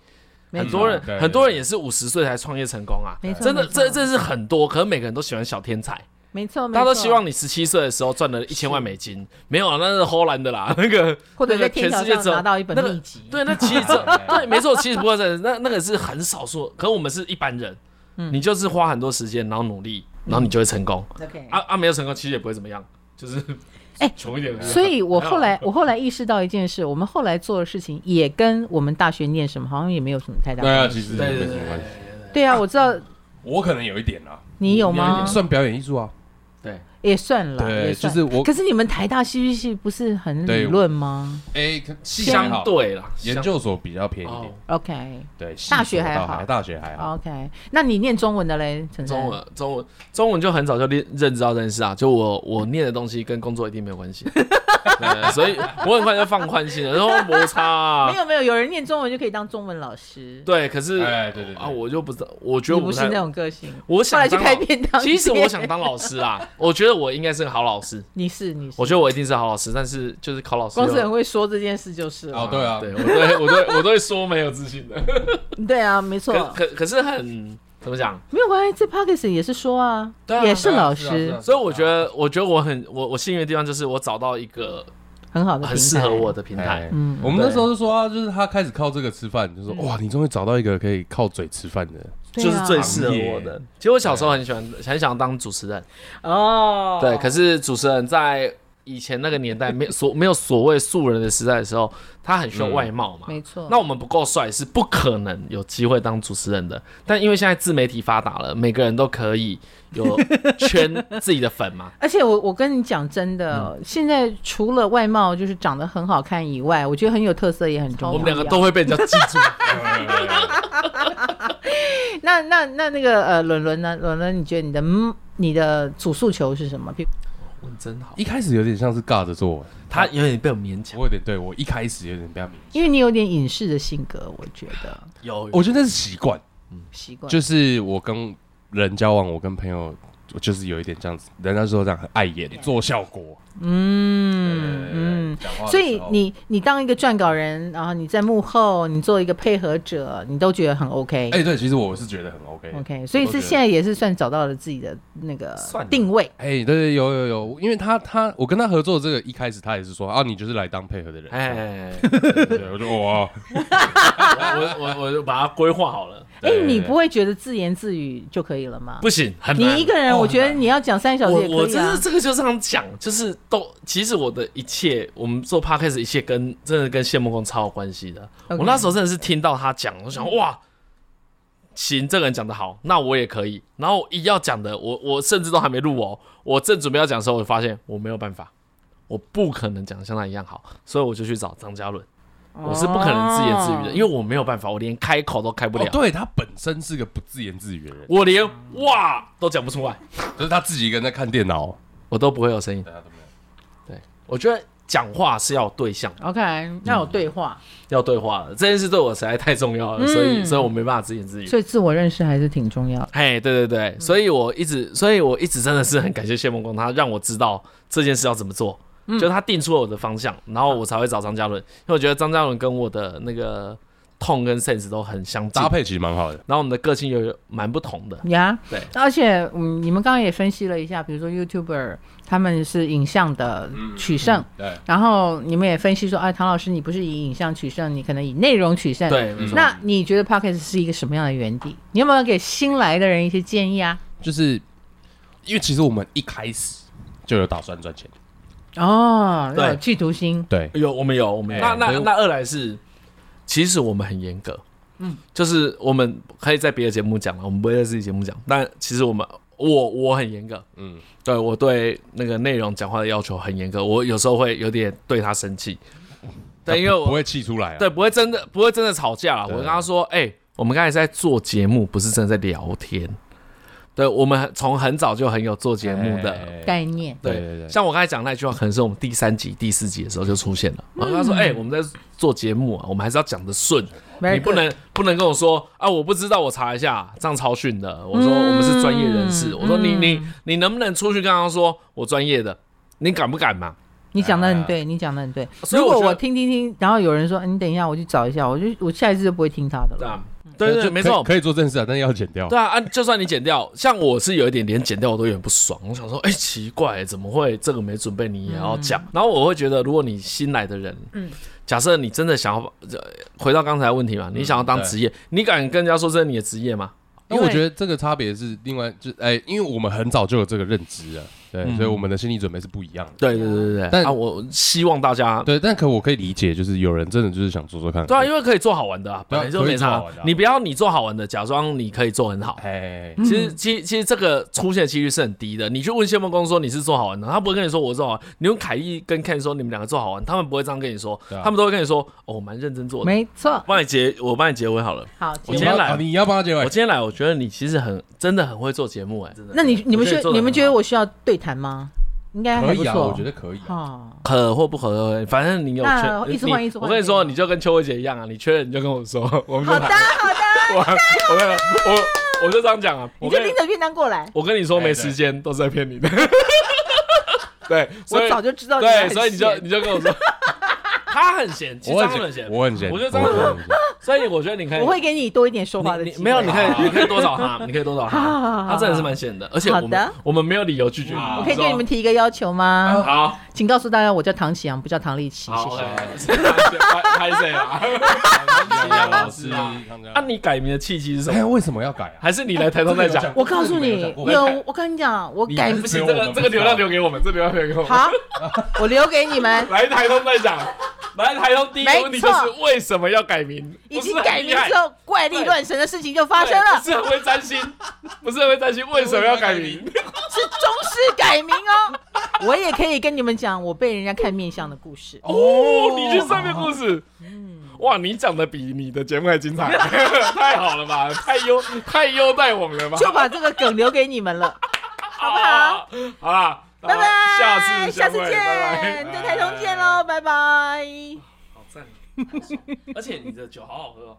A: 没
B: 很
A: 错
B: 多人
C: 嗯对对
B: 很多人也是五十岁才创业成功啊
A: 没，错
B: 真的
A: 没错
B: 这这是很多，可是每个人都喜欢小天才，
A: 没错，没
B: 大家都
A: 错
B: 希望你十七岁的时候赚了一千万美金，没有啊，那是荷兰的啦， 那个
A: 或者
B: 那
A: 在
B: 个
A: 天桥
B: 全世界
A: 上
B: 只有
A: 拿到一本
B: 那个
A: 秘籍，
B: 对，那其实这对，没错，其实不会在那那个是很少数，可我们是一般人，你就是花很多时间，然后努力，然后你就会成功。
A: OK
B: 啊啊，没有成功其实也不会怎么样，就是
A: 哎
B: 穷一点 而已。
A: 所以我后来，我后来意识到一件事，我们后来做的事情也跟我们大学念什么好像也没有什么太大
C: 对
A: 关
C: 啊，
A: 系。
C: 其实
B: 对对
C: 没
B: 对
C: 什么
B: 对
C: 关系。
A: 对啊，我知道
C: 我可能有一点啊啦，
A: 你有
B: 有一
A: 吗
B: 点？
C: 算表演艺术啊，
B: 对，
A: 也算了，
C: 对
A: 也算
C: 就是我
A: 可是你们台大戏剧系不是很理论吗
C: 哎，可戏还
B: 相
C: 好
B: 对啦，
C: 研究所比较偏一
B: 哦
C: 点，
A: ？OK
C: 对，戏
A: 大学
C: 所
A: 还
C: 倒
A: 好
C: 大学还好，哦
A: OK，那你念中文的嘞，陈晨
B: 中文中文中文就很早就认认知到这件事啊，就我我念的东西跟工作一定没有 关系，对所以 我很快就放宽心了，然后摩擦啊
A: 没， 有没有，有人念中文就可以当中文老师，
B: 对，可是
C: 哎对对对
B: 啊，我就不知道，我觉得
A: 你
B: 我
A: 不
B: 不
A: 是
B: 太
A: 那种个性。
B: 我想
A: 后来去
B: 当老
A: 开便当
B: 其实
A: 店
B: 我想当老师啦，我觉得我应该是个好老师，
A: 你是你是，
B: 我觉得我一定是好老师，但是就是考老师
A: 光
B: 又。
A: 是很会说这件事就是了。
C: 哦对啊
B: 对我对我对我对说没有自信的，
A: 对啊，没错，
B: 可可可是很怎么讲？
A: 没有关系，这 p o c k e t 也是说啊
B: 对，啊
A: 也是
C: 对啊
A: 老
C: 是啊是
A: 师
C: 啊，
B: 所以我觉得我觉得我很我我幸运的地方就是我找到一个
A: 很好的平台，
B: 很适合我的嗯平台
C: 哎。
A: 嗯
C: 我们那时候就说啊，就是他开始靠这个吃饭，就说哇，你终于找到一个可以靠嘴吃饭的，
A: 对
B: 就是
A: 啊
B: 最适合
C: 行业
B: 我的。其实我小时候很喜欢，很想当主持人，
A: 哦，
B: 对。可是主持人在以前那个年代，没有所没有所谓素人的时代的时候，他很需要外貌嘛。
A: 没错，
B: 那我们不够帅是不可能有机会当主持人的。但因为现在自媒体发达了，每个人都可以有圈自己的粉 嘛。
A: 而且我我跟你讲真的，
B: 嗯
A: 现在除了外貌就是长得很好看以外，我觉得很有特色也很重要。
B: 我们两个都会被人家记 住。
A: 那那那那个呃，伦伦呢？伦伦，你觉得你的嗯你的主诉求是什么？比
B: 问真好，
C: 一开始有点像是尬着做，
B: 他有点被我勉强。
C: 我有点对我一开始有点被他迷，
A: 因为你有点隐士的性格，我觉得
B: 有，
C: 我觉得那是习惯，
A: 嗯习惯
C: 就是我跟人交往，我跟朋友。我就是有一点这样子，人家说这样很碍眼，做效果。
A: 嗯嗯。
C: 嗯，讲话的
A: 所以
C: 时候
A: 你你当一个撰稿人，然后你在幕后，你做一个配合者，你都觉得很 OK。
C: 哎、对，其实我是觉得很 OK。
A: OK，所以是现在也是算找到了自己的那个
B: 算
A: 定位。
C: 哎、对对，有有有，因为他他我跟他合作这个一开始他也是说啊，你就是来当配合的人。
B: 哎，
C: 对，我就哇，
B: 我我我就把它规划好了。
A: 哎、
B: 对
A: 你不会觉得自言自语就可以了吗？
B: 不行，很难。
A: 你一个人，我觉得你要讲三小时也
B: 我我
A: 可以
B: 真
A: 啊
B: 是。这个就这样讲，就是都其实我的一切，我们做 podcast 一切跟真的跟谢梦工超有关系的。
A: OK
B: 我那时候真的是听到他讲，我想哇，行，这个人讲的好，那我也可以。然后一要讲的，我我甚至都还没录哦，我正准备要讲的时候，我发现我没有办法，我不可能讲得像他一样好，所以我就去找张嘉
A: 哦
B: 伦。我是不可能自言自语的，因为我没有办法，我连开口都开不了，
C: 哦，对他本身是个不自言自语的人，
B: 我连哇都讲不出来。
C: 就是他自己一个人在看电脑。
B: 我啊都不会有声音。对，我觉得讲话是要有对象，
A: OK，那有对话，
B: 要对话的这件事对我实在太重要了，
C: 嗯
B: 所以所以我没办法自言自语。
A: 所以自我认识还是挺重要的。
B: 嘿，
C: 嗯
B: 对对对，所以我一直，所以我一直真的是很感谢谢梦工，他让我知道这件事要怎么做，
C: 嗯
B: 就他定出了我的方向，然后我才会找张嘉伦，因为我觉得张嘉伦跟我的那个痛跟 sense 都很相近
C: 搭，配其实蛮好的，
B: 然后我们的个性又有蛮不同的。
A: 呀、
B: 对
A: 而且嗯，你们刚刚也分析了一下，比如说 YouTuber 他们是影像的取
B: 嗯
A: 胜，
C: 对，
A: 然后你们也分析说，哎，唐老师你不是以影像取胜，你可能以内容取胜。，
B: 对，没错
A: 那你觉得 Podcast 是一个什么样的园地？你有没有给新来的人一些建议啊？
C: 就是因为其实我们一开始就有打算赚钱，
A: 哦，
B: 对
A: 有企图心，
C: 对，
B: 有，我们有，我们有。那
C: 哎
B: 那
C: 所以
B: 那二来是，其实我们很严格，嗯，就是我们可以在别的节目讲了，我们不会在自己节目讲。但其实我们，我我很严格，
C: 嗯，
B: 对我对那个内容讲话的要求很严格，我有时候会有点对他生气，对，因为
C: 不
B: 我
C: 会气出来啊。
B: 对不会真的不会真的吵架了。我
C: 对
B: 跟他说，哎、我们刚才在做节目，不是真的在聊天。对，我们从很早就很有做
C: 哎
B: 节目的，
A: 概念。
B: 对
C: 对对对
B: 像我刚才讲那句话，可能是我们第三集、第四集的时候就出现了。我跟他说：“哎、我们在做节目啊，我们还是要讲的顺，
A: Very
B: 你不
A: good
B: 能不能跟我说啊，我不知道，我查一下，这样超逊的。”我说：“我们是专业人士。我说你：“你你能不能出去跟他说我专业的？你敢不敢嘛
A: 你讲的很对，你讲的很对。
B: 呃所以
A: 如
B: 我
A: 果
B: 觉得
A: 我听听听，然后有人说，哎你等一下，我去找一下，我就我下一次就不会听他的？”
B: 对
A: 了
B: 啊。，对对
C: 就
B: 对，没错
C: 可以，可以做正事啊，但是要剪掉。
B: 对啊，啊，就算你剪掉，像我是有一点连剪掉我都有点不爽。我想说，哎、奇怪，怎么会这个没准备你也要讲？然后我会觉得，如果你新来的人，嗯，假设你真的想要呃回到刚才的问题嘛，你想要当
C: 嗯对
B: 职业，你敢跟人家说这是你的职业吗？
C: 那
A: 因为
C: 我觉得这个差别是另外就哎、因为我们很早就有这个认知了，对，所以我们的心理准备是不一样的。
B: 对对对对对，
C: 但
B: 啊，我希望大家。
C: 对，但可我可以理解，就是有人真的就是想做做看。
B: 对啊，因为可以做好玩的啊，
C: 对
B: 本
C: 啊
B: 来就没差
C: 可以做好玩的
B: 啊
C: 啊。
B: 你不要你做好玩的，假装你可以做很好。
C: 哎，
B: 其实，
A: 嗯
B: 其实，其实这个出现的几率是很低的。你去问谢梦工说你是做好玩的，他不会跟你说我做好玩。你问凯毅跟 Ken 说你们两个做好玩，他们不会这样跟你说，
C: 对啊
B: 他们都会跟你说哦，我蛮认真做的。
A: 没错，
B: 帮你结，我帮你结尾好了。
A: 好，
B: 我
A: 结
B: 今天
A: 尾
B: 来
C: 哦你要帮他结尾
B: 我，今天来，我觉得你其实很真的很会做节目哎、真的
A: 那你你们
B: 我觉
A: 觉
B: 得你做得
A: 你们
B: 很
A: 觉得
B: 好
A: 我需要对谈吗？应该还
C: 可
A: 不
C: 以啊，
A: 错，
C: 我觉得可以啊。
A: 哦，
B: 可或不可，反正你有缺
A: 那，
B: 你
A: 一直换
B: 你
A: 一直换
B: 我跟你说，
A: 可以
B: 你就跟秋薇姐一样啊，你缺了你就跟我 说，我们就
A: 好的
B: 来。
A: 好的，
B: 我我跟你说我我就这样讲啊，
A: 你
B: 我
A: 就
B: 跟你
A: 拎着便当过来，
B: 我跟你说
C: 哎
B: 没
C: 对
B: 时间，都是在骗你 的。对，所
A: 我
B: 以
A: 早就知道你
B: 对，
A: 很
B: 所以你就
A: 闲
B: 你就跟 我说，他很闲，其实
C: 我
B: 张翰
C: 很
B: 很闲，
C: 闲，我很闲，
B: 我觉得张翰很
C: 我
B: 闲，
C: 很
B: 所以我觉得你可以，
A: 我会给你多一点说话的
B: 你
A: 机
B: 你
A: 会啊
B: 没有，你 可以你可以多找他，你可以多找
A: 好好好
B: 他，
A: 好
B: 他真的是蛮闲的，而且
A: 好
B: 我
A: 的
B: 们我们没有理由拒绝你，
A: 我
B: 我
A: 可以对你们提一个要求吗？
B: 好，
A: 请告诉大家，我叫唐启阳，不叫唐立奇，谢
B: 啊好
A: 谢。
B: 拍拍谁啊？
C: 唐家老师
B: 啊，
C: 唐家
B: 啊，你改名的契机是什
C: 哎，
B: 么？
C: 为什么要改啊？
B: 还是你来台东再
C: 这个有
B: 讲
C: 讲？
A: 我告诉
C: 这个没有
A: 你
C: 讲，过
A: 有我跟你讲，我改
C: 你
B: 不行，这个这个流量留给我们，这流量留给我们。
A: 好，我留给你 们。
B: 来台东 再讲，来台东第一个问题就是为什么要改名？
A: 已经
B: 不是很
A: 改
B: 厉
A: 名
B: 害
A: 之后，怪力乱神的事情就发生了
B: 对不，是很会担心，不是很会担心为什么要改名？
A: 是中式改名哦。 我也可以跟你们讲我被人家看面相的故事。
B: 哦，你去上面故事，
A: 嗯
B: 哇，你讲的比你的节目还 精彩，太好了吧？太优太优待我们了吧？
A: 就把这个梗留给你们了，好不好？
B: 啊？ 好啦，
A: 拜拜，
B: 下次
A: 下
B: 相
A: 次
B: 会
A: 见，
B: 拜拜
A: 在台中见喽，拜拜。
B: 啊而且你的酒好好喝哦。